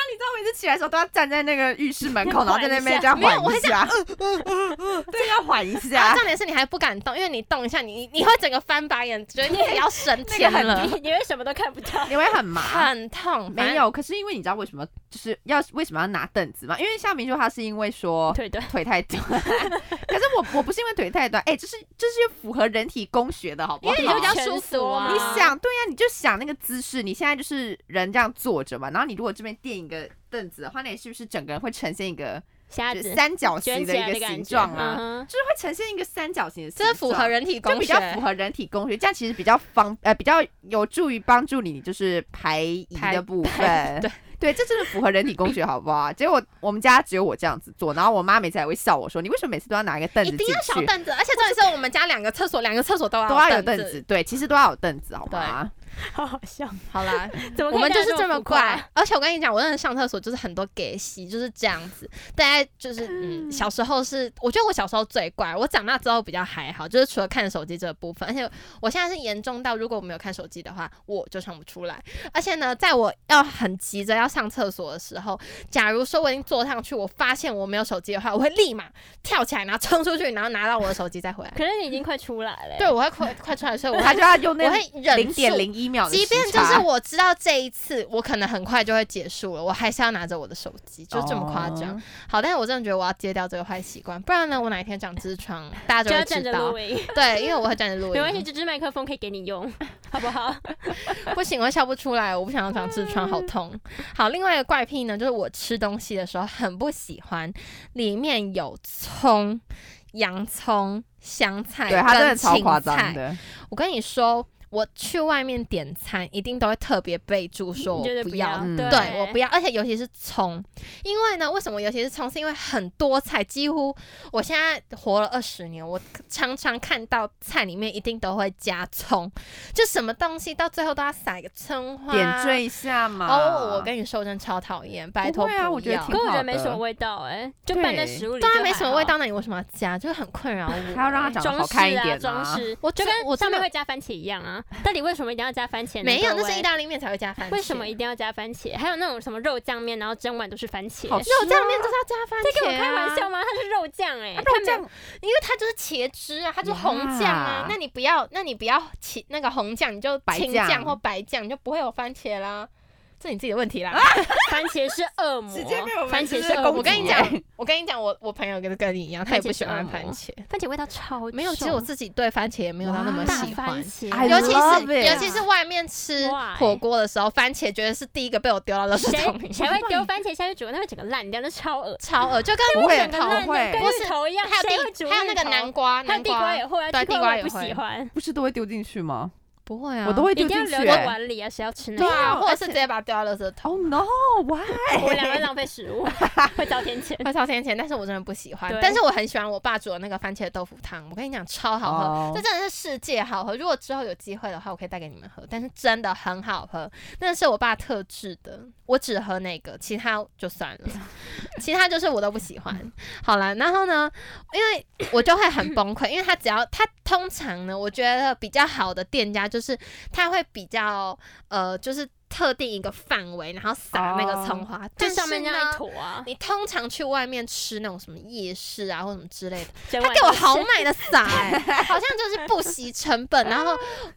你知道，每次起来的时候都要站在那个浴室门口，
要
然后
缓
在
一下
那边这样
没有我
缓一下， <laughs> 对，要缓一
然
下
后，重点是你还不敢动，因为你动一下，你你会整个翻白眼，觉得你自己要升
那
<laughs> 天
个很
了，
<laughs> 你会什么都看不
<laughs>
到。
你会很麻。
很痛。
没有，可是因为你知道为什么就是要为什么要拿凳子吗？因为夏明说他是因为说
对对，
腿太短， <laughs> 可是我我不是因为腿太短，哎、这是这是符合人体工学的好不好？
反正，因为你就比较舒服啊。
你
啊
想，对呀、你就想那个姿势，你现在就是人这样坐着嘛，然后你如果这边垫一个凳子的话，那你是不是整个人会呈现一个
虾
就
子
三角形
卷起
的
来
一
感
形
觉
状啊，
嗯哼
就是会呈现一个三角形的形
这
状，
是符合人体
就
工
比
学，
较符合人体工学，这样其实比较方呃比较有助于帮助你就是排遗
排
的部
排 <laughs> 对
分。对，这真的符合人体工学，好不好？结果我们家只有我这样子做，然后我妈每次还会笑我说：“你为什么每次都要拿一个凳子
一
进
定要小
去？
凳子，而且重点是我们家两个厕所，两个厕所都要
都要有
凳
凳子。。”对，其实都要有凳子，好吗？
<laughs> 好好笑，
好啦，
<laughs> 怎么
我们就是
这
这么
浮
怪，，而且我跟你讲，我认识上厕所就是很多给戏，就是这样子。大家就是嗯，小时候是，我觉得我小时候最怪，我长大之后比较还好，就是除了看手机这个部分，而且我现在是严重到，如果我没有看手机的话，我就想不出来。而且呢，在我要很急着要上厕所的时候，假如说我已经坐上去，我发现我没有手机的话，我会立马跳起来，然后冲出去，然后拿到我的手机再回
<laughs>
来。
可是你已经快出来
<laughs>
了，
对，，我会快快出来，所以我
他
会
就要用那
我会忍
零点
住
零一秒的时
即
差，
便就是我知道这一次我可能很快就会结束了，我还是要拿着我的手机，就这么夸张。
哦
好，但是我真的觉得我要戒掉这个坏习惯，不然呢，我哪一天长痔 <laughs> 疮，大
就要
家就会
站
知
着
道
录。音，
对，因为我会站着录音，<laughs>
没关系，这支麦克风可以给你用， <laughs> 好不好？
不行，我笑不出来，我不想要长痔疮，好痛。 <laughs> 好，另外一个怪癖呢，就是我吃东西的时候很不喜欢里面有葱、洋葱、香菜，
对他真的
跟
超
芹
夸张
菜
的。
我跟你说，我去外面点餐一定都会特别备注说我
你觉得
不
要
要，
嗯
对
对我不要，而且尤其是葱，因为呢，为什么尤其是葱？是因为很多菜，几乎我现在活了二十年，我常常看到菜里面一定都会加葱，就什么东西到最后都要撒一个葱花
点缀。一下嘛。
哦，我跟你说，我真的超讨厌，拜托
不会啊我觉得
要啊
挺
可我觉
好的
得没什么味道哎，就拌在食物里，
当然没什么味，道，那你为什么要加？就是很困扰我。
还要让它长得
装
好
饰
看一
啊，
点
装饰，
我
就
真我真
跟上
的
面会加番茄一样啊。到底为什么一定要加番茄呢？
没有，
各
那是
位
意大利面才会加番茄。
欸为什么一定要加番茄？还有那种什么肉酱面，然后整碗都是番茄。
好
在
吃
肉酱面就是要加番茄、啊？啊
跟我开玩笑吗？它是肉酱哎、欸，
肉
它没有
酱
因为它就是茄汁啊，它就是红酱啊
呀。
那你不要，那你不要青那个红酱，你就
白
青
酱
酱或白酱，你就不会有番茄啦。这你自己的问题啦。
番茄是恶魔
直接被我，们
番茄
直
是
接
恶
攻
魔。
我跟你
击
讲
耶，
我跟你讲，我我朋友跟跟你一样，他也不喜欢番
番
茄。
番茄味道超重
没有，其实我自己对番茄也没有到那么
大
喜
番
欢。
茄，
I
尤其
love
是
it
尤其是外面吃
Why？
火锅的时候，番茄绝对是第一个被我丢到垃圾桶
谁
里
谁
面，
会丢番茄下去煮？那会整个烂掉，那超恶。
超恶，就跟
不会
芋头
整个烂
不会
掉
不
跟
是
芋头一样，
还有
谁会煮
地还有那个
芋头
南瓜，
还有
南
地瓜也会啊，
对
地
地瓜
我不
也会
喜欢，
不是都会丢进去吗？
不会啊，
我都会
一
丢
定要
进去、
留在
欸。
碗里啊，谁要吃那
对
个？
啊，
没有
或者
而
是
且
直接把它丢到垃圾桶。
Oh no! Why?
我们两个浪费食物，会遭天谴。
快超天前，但是我真的不喜欢
对。
但是我很喜欢我爸煮的那个番茄豆腐汤，我跟你讲超好喝
哦
这真的是世界好喝。如果之后有机会的话，我可以带给你们喝，但是真的很好喝，那是我爸特制的，我只喝那个，其他就算
<laughs>
了，其他就是我都不喜欢。好啦，然后呢，因为我就会很崩溃，因为他只要他通常呢，我觉得比较好的店家就是他会比较呃，就是特定一个范围，然后撒那个葱花，
哦就
但
上面
是
那
呢
样一坨啊，
你通常去外面吃那种什么夜市啊，或什么之类的，
整
他
碗
给我
都是
豪迈的撒、欸， <laughs> 好像就是不惜成本。 <laughs> 然后，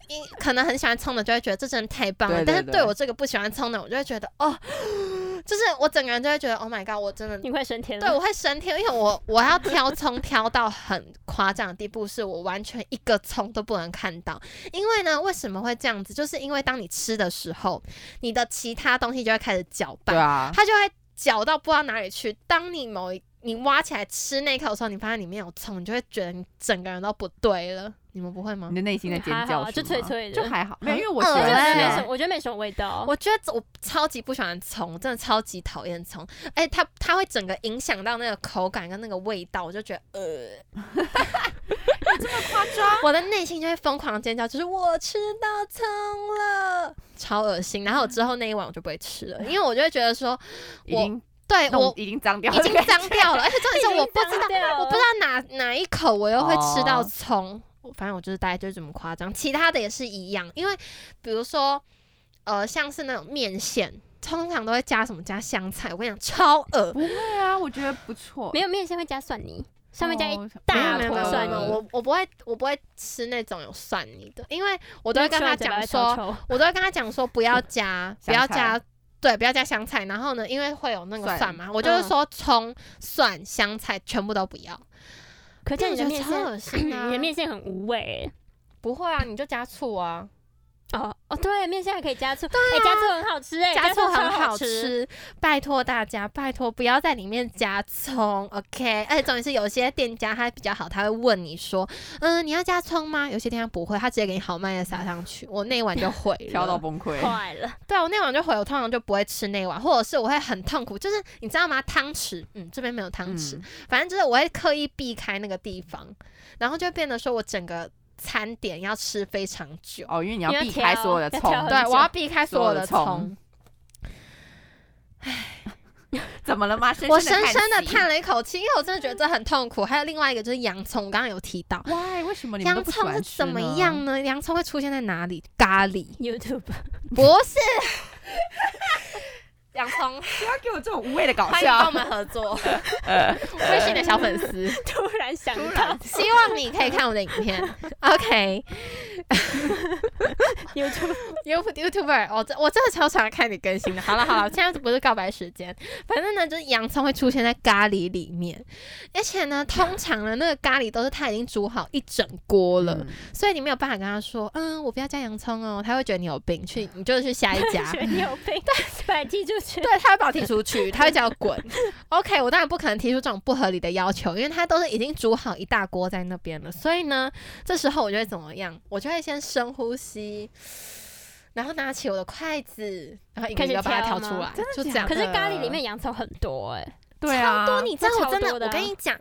你可能很喜欢葱的就会觉得这真的太棒了，
对对
但是
对
对我这个不喜欢葱的，我就会觉得哦，就是我整个人就会觉得 Oh my god，我真的
你快升天了。
对，我会升天，因为我我要挑葱挑到很夸张的地步，是我完全一个葱都不能看到。因为呢，为什么会这样子？就是因为当你吃的时候，你的其他东西就会开始搅拌
对，啊，
它就会搅到不知道哪里去。当你某一你挖起来吃那一口的时候，你发现里面有葱，你就会觉得你整个人都不对了。你们不会吗
你？的内心在尖
还好
叫
啊
是
就
吗
脆脆的
就还好，没有，因为我
很
喜
我
欢
觉得没什
吃
么，我觉得没什么味道。
我觉得我超级不喜欢葱，真的超级讨厌葱。哎、它它会整个影响到那个口感跟那个味道，我就觉得呃，
夸张，
我的内心就会疯狂地尖叫，就是我吃到葱了，超恶心。然后之后那一碗我就不会吃了，因为我就会觉得说，
已经
对
弄
我
已经脏掉
已
了，
经脏掉了，而且重点是我不知道
已经脏掉了
我不知道哪哪一口我又会吃到
哦
葱，我反正我就是大概就是这么夸张，其他的也是一样，因为比如说呃像是那种面线，通常都会加什么加香菜，我跟你讲超恶。
不会啊，我觉得不错，
没有面线会加蒜泥，上面加一
哦
大
没有
坨
没有没有
蒜
没有，
泥，
我我不会我不会吃那种有蒜泥的，因为我都会跟他讲
吃完
说
嘴，巴会超臭，
我都会跟他讲说不要 <laughs> 加不要
香菜
加。对，不要加香菜。然后呢，因为会有那个
蒜
蒜嘛，我就是
嗯
说葱、蒜、香菜全部都不要。
可
这
是
样
<clears throat>
觉
你的
得
面
<clears throat> 超
线，
恶心啊！
你的面线很无味欸。
不会啊，你就加醋啊。
哦哦，对，面线还可以加醋，对、啊加醋很好吃哎、
加
醋
醋
超
很好
吃。
吃，拜托大家，拜托不要在里面加葱，OK？而且重点是有些店家他比较好，他会问你说，嗯、你要加葱吗？有些店家不会，他直接给你好卖的撒上去。我那一碗就毁
<laughs> 挑到
了，
崩溃。
坏了，
对啊，我那碗就毁，我通常就不会吃那碗，或者是我会很痛苦，就是你知道吗？汤匙，嗯，这边没有汤匙，
嗯
反正就是我会刻意避开那个地方，然后就变得说我整个餐点要吃非常久。
哦，因为你要
因为
避开
挑
所有的
要
葱，
挑很
对，
久
我要避开所有的
所
葱
有的葱。怎么了吗？深
我
深
深
地
深的
叹息
叹了一口气，因为我真的觉得这很痛苦。还有另外一个就是洋葱，我刚刚有提到，
Why？为什么你们都
洋
不喜
葱
欢
是
吃
怎么
呢
样？呢？洋葱会出现在哪里？咖喱
<laughs> YouTube
不是 <laughs> 洋葱，
不要给我这种无谓的搞
欢迎跟我
笑。
们合 <laughs> 作，微信的小粉 <laughs> 丝，
<laughs> 突然想到
希望你可以看我的影片。OK，
YouTube
You YouTuber，我、真哦我真的超常看你更新的。好了好了，现在不是告白时间，反正呢就是洋葱会出现在咖喱里面，而且呢通常呢那个咖喱都是他已经煮好一整锅了，
嗯
所以你没有办法跟他说，嗯，我不要加洋葱哦，他会觉得你有病，去你就去下一
<laughs>
家。
学你有病， <laughs> 把你踢出去。
对，他会把我踢出去，他会叫我滚。OK，我当然不可能提出这种不合理的要求，因为他都是已经煮好一大锅在那边了。所以呢，这时候我就会怎么样？我就会先深呼吸，然后拿起我的筷子，然后一个
开
一
始
个把它
挑
挑
吗
出来
真的，
就这
假
样
可。是咖喱
的
里面洋葱很多哎、
对啊，
多，你知道我真
超多的
的，
啊
我跟你讲，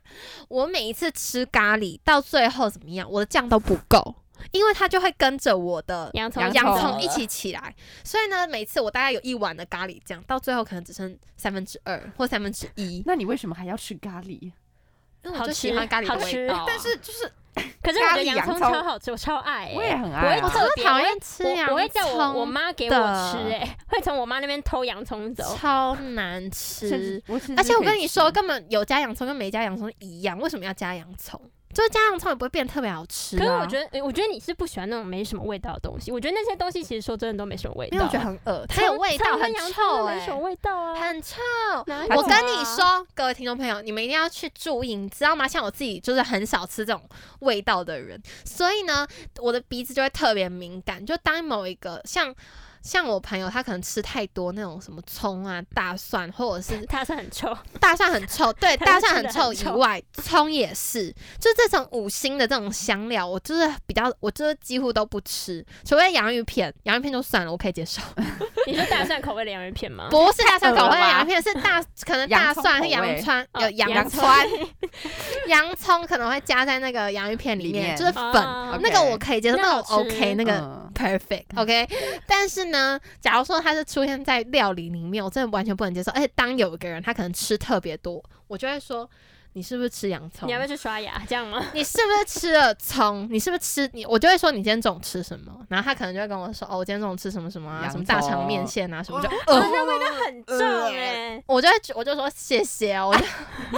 我每一次吃咖喱到最后怎么样，我的酱都不够，因为它就会跟着我的
洋葱
洋
洋
葱
葱一起起来，所以呢，每次我大概有一碗的咖喱酱，到最后可能只剩三分之二或三分之一，
那你为什么还要吃咖喱？
因为
好
我
吃
就喜欢咖喱的
好吃
味道。
但是就是
可是我觉
咖
得
喱
洋葱
洋葱
超好吃，我超爱、欸。
我也很
我
爱
也
啊
特
我
别
讨厌吃洋葱，
我我会叫我我妈给我
的
吃哎、 <laughs> 会从我妈那边偷洋葱走。
超难
甚至
吃。
我甚至
而且我
可以
跟你
吃
说，，根本有加洋葱跟没加洋葱一样，为什么要加洋葱？就是加洋葱也不会变得特别好吃、啊。
可是我觉得，呃我觉得你是不喜欢那种没什么味道的东西。我觉得那些东西其实说真的都没什么味
因为
道
我，
<laughs>
觉得很恶，它
葱
有味道，
葱跟
很
洋葱
臭
都
哎、
没什么味道啊。
很臭。
哪有
我跟
啊
你，说，各位听众朋友，你们一定要去注意，你知道吗？像我自己就是很少吃这种味道的人，所以呢，我的鼻子就会特别敏感。就当某一个像像我朋友，他可能吃太多那种什么葱啊、大蒜，或者
<laughs>
是
它是
<laughs>
很臭，
大蒜很臭，对，
他
大
真
蒜
的
很
很
臭以
臭
外，葱也是，就这种五星的这种香料，我就是比较，我就是几乎都不吃，除非洋芋片，洋芋片就算了，我可以接受。
你说大蒜口味的洋芋片吗？
不是大蒜口
太恶
味的
了吧
洋芋片，是大 <laughs> 可能
洋
大
葱
蒜
口
和洋
味
葱
哦
有洋
洋
葱， <laughs> 洋葱可能会加在那个洋芋片里
里
面，
面
就是粉。
啊
那个我可以接受，
那
那
好
我
吃
OK，那个
<laughs> 嗯
perfect OK。但是呢，假如说它是出现在料理里面，我真的完全不能接受。而且当有一个人他可能吃特别多，我就会说你是不是吃洋葱
你要？不要去刷牙？这样
<laughs>
吗？
你是不是吃了葱？你是不是吃 <laughs> 你？我就会说你今天中午吃什么，然后他可能就会跟我说哦，我今天中午吃什么什么啊，
洋
什么大肠
葱
面线啊什么就
哦
呃，
那味道很重哎、
我就会觉我就说谢谢哦，我嗯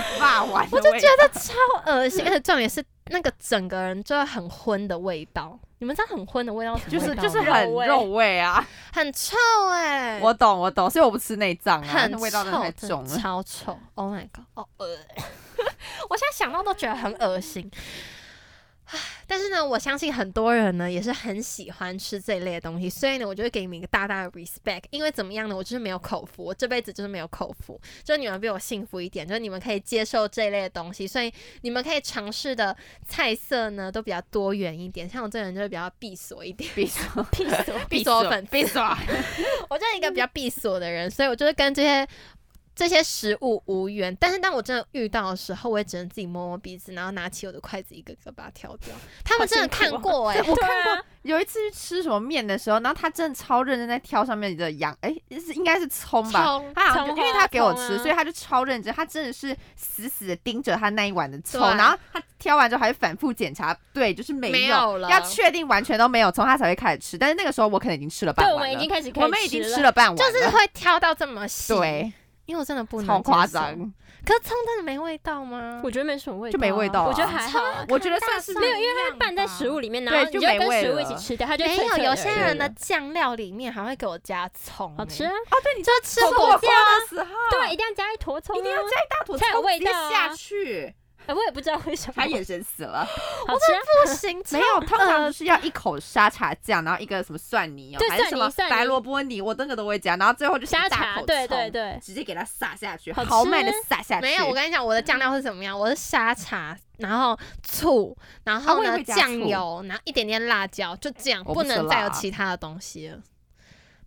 就
骂完，
我就觉得超恶心，而且重点是那个整个人就是很昏的味道。你们知道很昏的味道
就
什么味道
是
吗
就是
肉
很
味
肉味啊！
很臭哎、
我懂我懂，所以我不吃内脏啊，
很
那
臭，
味道真的太
真的
重了。
超臭。Oh my god！哦呃，我现在想到都觉得很恶心。唉但是呢，我相信很多人呢也是很喜欢吃这一类的东西，所以呢，我就会给你们一个大大的 respect，因为怎么样呢，我就是没有口福，我这辈子就是没有口福，就是你们比我幸福一点，就是你们可以接受这一类的东西，所以你们可以尝试的菜色呢都比较多元一点，像我这个人就是比较闭锁一点，
闭锁，
<laughs> 屁
<laughs>
死我！
闭锁粉
闭锁。
我就是一个比较闭锁的人，所以我就是跟这些这些食物无缘。但是当我真的遇到的时候，我也只能自己摸摸鼻子，然后拿起我的筷子一个个把它挑掉。他们真的看过哎、
我看
对
过
啊
有一次去吃什么面的时候，然后他真的超认真在挑上面的洋，哎、是应该是葱吧？
葱
他好像就
葱
因为
花
他给我
葱
吃，
啊
所以他就超认真，他真的是死死的盯着他那一碗的葱，
对
然后他挑完之后还会反复检查，对，就是没有，
没有了
要确定完全都没有葱，他才会开始吃。但是那个时候我可能已经吃了半
对，
碗
我
了，
们已经开始可以
我们已经吃
了。
了半碗
就
了，
是会挑到这么细，，
对，
因为我真的不能
超夸
接受。
张，
可是葱真的没味道吗？
我觉得没什么味道啊，
就没味道啊
我觉得还好啊。
我觉得算是
没有，因为
它拌在食物里面，然
对
后你
就
就
没
跟
味
食物一
了
起吃掉，它就
没
脆
有
脆
有
而
些
已
人的酱料里面还会给我加葱、
好吃
哎
啊，
就吃
火
火
锅
锅
的时候，
对，一定要加一坨葱啊，
一定要加一大坨
才有
葱
味
直接
道啊
下去。
哎我也不知道为什么。
他眼神死了，
好吃啊，
不行，
没有，通常就是要一口沙茶酱，然后一个什么蒜泥哦
对，
还是什么
蒜泥蒜泥
白萝卜泥，我那个都会加，然后最后就是
沙
一大
茶，
口
对
葱
对，对，
直接给它撒下去，
好吃
豪迈的撒下去。
没有，我跟你讲，我的酱料是怎么样？我是沙茶，然后醋，然
啊
后
我也
呢
会加醋
酱油，然后一点点辣椒，就这样，
我
不
不吃
能再有
辣
其他的东西了。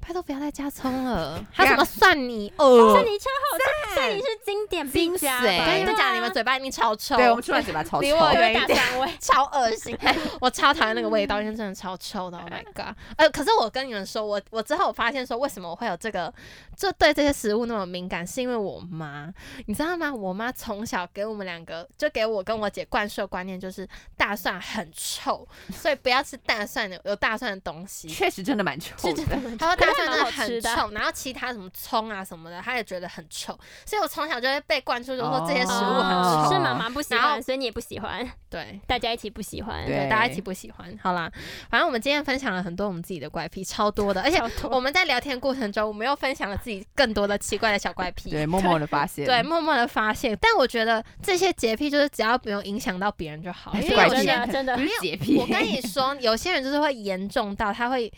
拜托不要再加葱
<laughs>
了，
等
还有
一下
什么蒜泥？哦
蒜，泥超好吃，
哎
蒜泥是经典必
精髓！
加
我
吧。
跟你
对
们
啊
讲，你们嘴巴一定超臭。
对我们出来嘴巴超臭
离，我
对
远一
啊大
点
香 <laughs> 味，
超恶心， <laughs> 我超讨厌那个味道，因为真的超臭的。Oh my god！呃，可是我跟你们说，我我之后我发现说，为什么我会有这个，就对这些食物那么敏感，是因为我妈，你知道吗？我妈从小给我们两个，就给我跟我姐灌输的观念就是大蒜很臭，所以不要吃大蒜的有大蒜的东西。
确实真的蛮臭
是真 <laughs>
的。
的蛮
他说大蒜真
蛮
的
好吃
很
的啊。
臭，然后其他什么葱啊什么的，他也觉得很臭，所以我从小就会被灌输，就是说这些食物很臭。
哦
是妈妈不喜
然
欢，
后
所以你也不喜欢，
对，
大家一起不喜欢。
对
对，大家一起不喜欢。好啦，反正我们今天分享了很多我们自己的怪癖，超多的，而且
超多
我们在聊天过程中，我们又分享了自己更多的奇怪的小怪癖。
对，默默的发现，
对，，默默的发现，但我觉得这些洁癖就是只要不用影响到别人就好，因
是
为
怪
有
癖
些
真 <laughs> 的
人，
真的
不，是洁癖。
我跟你说，有些人就是会严重到他会，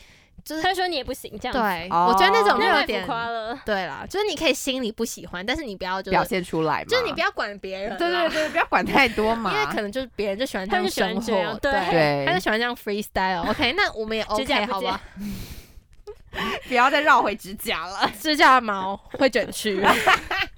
就是
他说你也不行这样子，
对，
哦
我觉得那种就
那
有
太浮
点，
夸了。
对啦，就是你可以心里不喜欢，但是你不要就是
表，现出来嘛，
就是你不要管别人啦，
对对对，不要管太多嘛，
因为可能就是别人就喜欢这
他
样
们就喜欢
生
这样
活，
对
对
他就喜欢这样 freestyle。OK，那我们也
指甲
OK
不
好吧？
不要再绕回指甲了。
指甲毛会卷曲， <laughs>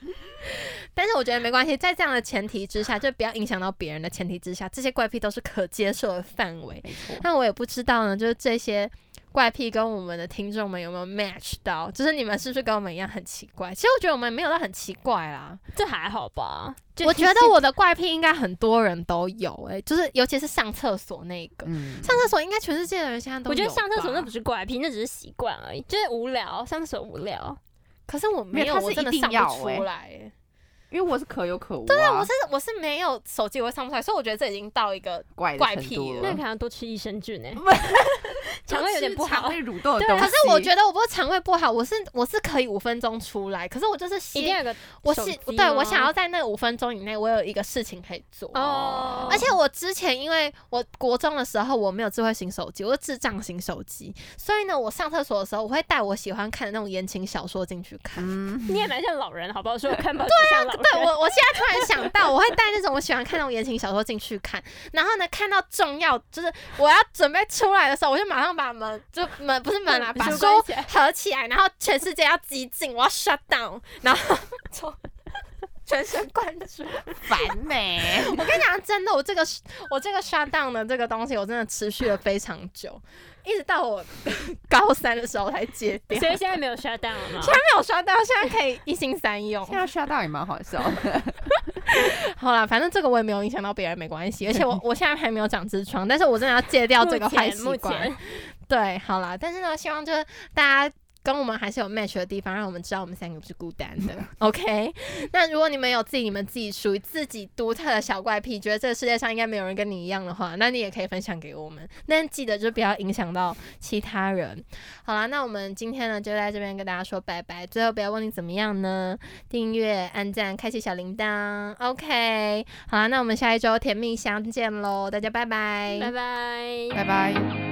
但是我觉得没关系，在这样的前提之下，就不要影响到别人的前提之下，这些怪癖都是可接受的范围。
没错，
那我也不知道呢，就是这些怪癖跟我们的听众们有没有 match 到，就是你们是不是跟我们一样很奇怪？其实我觉得我们没有到很奇怪啦。
这还好吧？就
我觉得我的怪癖应该很多人都有、欸， <laughs> 就是尤其是上厕所那一个，
嗯，
上厕所应该全世界的人现在都有。
我觉得上厕所那不，是怪癖，那只是习惯而已，就是无聊，上厕所无聊。
可是我没
没
有，
有它是
我真的
一定
上
要
不出来、欸。
因为我是可有可无、啊，对
我是我是没有手机，我会上不出来，所以我觉得这已经到一
哦
个。
怪的
怪
程
癖
度
了
那
了
你可能要多吃益生菌 <laughs> 呢、
不
肠胃有点不
肠
好，
胃蠕动的
对
东西。
可是我觉得我不是肠胃不好，我是我是可以五分钟出来，可是我就是希
一定要有个
我
手
是
机
对
吗
我想要在那五分钟以内，我有一个事情可以做。
哦，
而且我之前因为我国中的时候我没有智慧型手机，我是智障型手机，所以呢，我上厕所的时候我会带我喜欢看的那种言情小说进去看。
嗯，
你也蛮像老人，好不好？说我看不 <laughs> 对像老人，
对 <laughs> 我，我现在突然想到，我会带那种我喜欢看那种言情小说进去看，然后呢，看到重要就是我要准备出来的时候，我就马上把门就门不是门
<laughs>
啦、
把
把
书
书
关起来
合起来，然后全世界要激进，我要 shut down，然后 <laughs> 从全神贯注。
烦美、
我跟你讲，真的，我这个我这个 shut down 的这个东西，我真的持续了非常久，一直到我 <laughs> 高三的时候才戒掉。
所以 <laughs> 现在没有 shut down 了吗？
现在没有 shut down，现在可以一心三用
<laughs> 现。在刷到也蛮好笑的，
<laughs> 好啦，反正这个我也没有影响到别人，没关系。而且
<laughs>
我我现在还没有长痔疮，但是我真的要戒掉这个坏习
目前目
惯。
前
对，好啦，但是呢，希望就是大家。跟我们还是有 match 的地方，让我们知道我们三个不是孤单
<laughs>
的。OK，那如果你们有自己你们自己属于自己独特的小怪癖，觉得这个世界上应该没有人跟你一样的话，那你也可以分享给我们。但记得就不要影响到其他人。好啦，那我们今天呢就在这边跟大家说拜拜。最后不要忘记怎么样呢？订阅、按赞、开启小铃铛。OK，好啦，那我们下一周甜蜜相见喽，大家拜拜，
拜
拜
拜。
拜。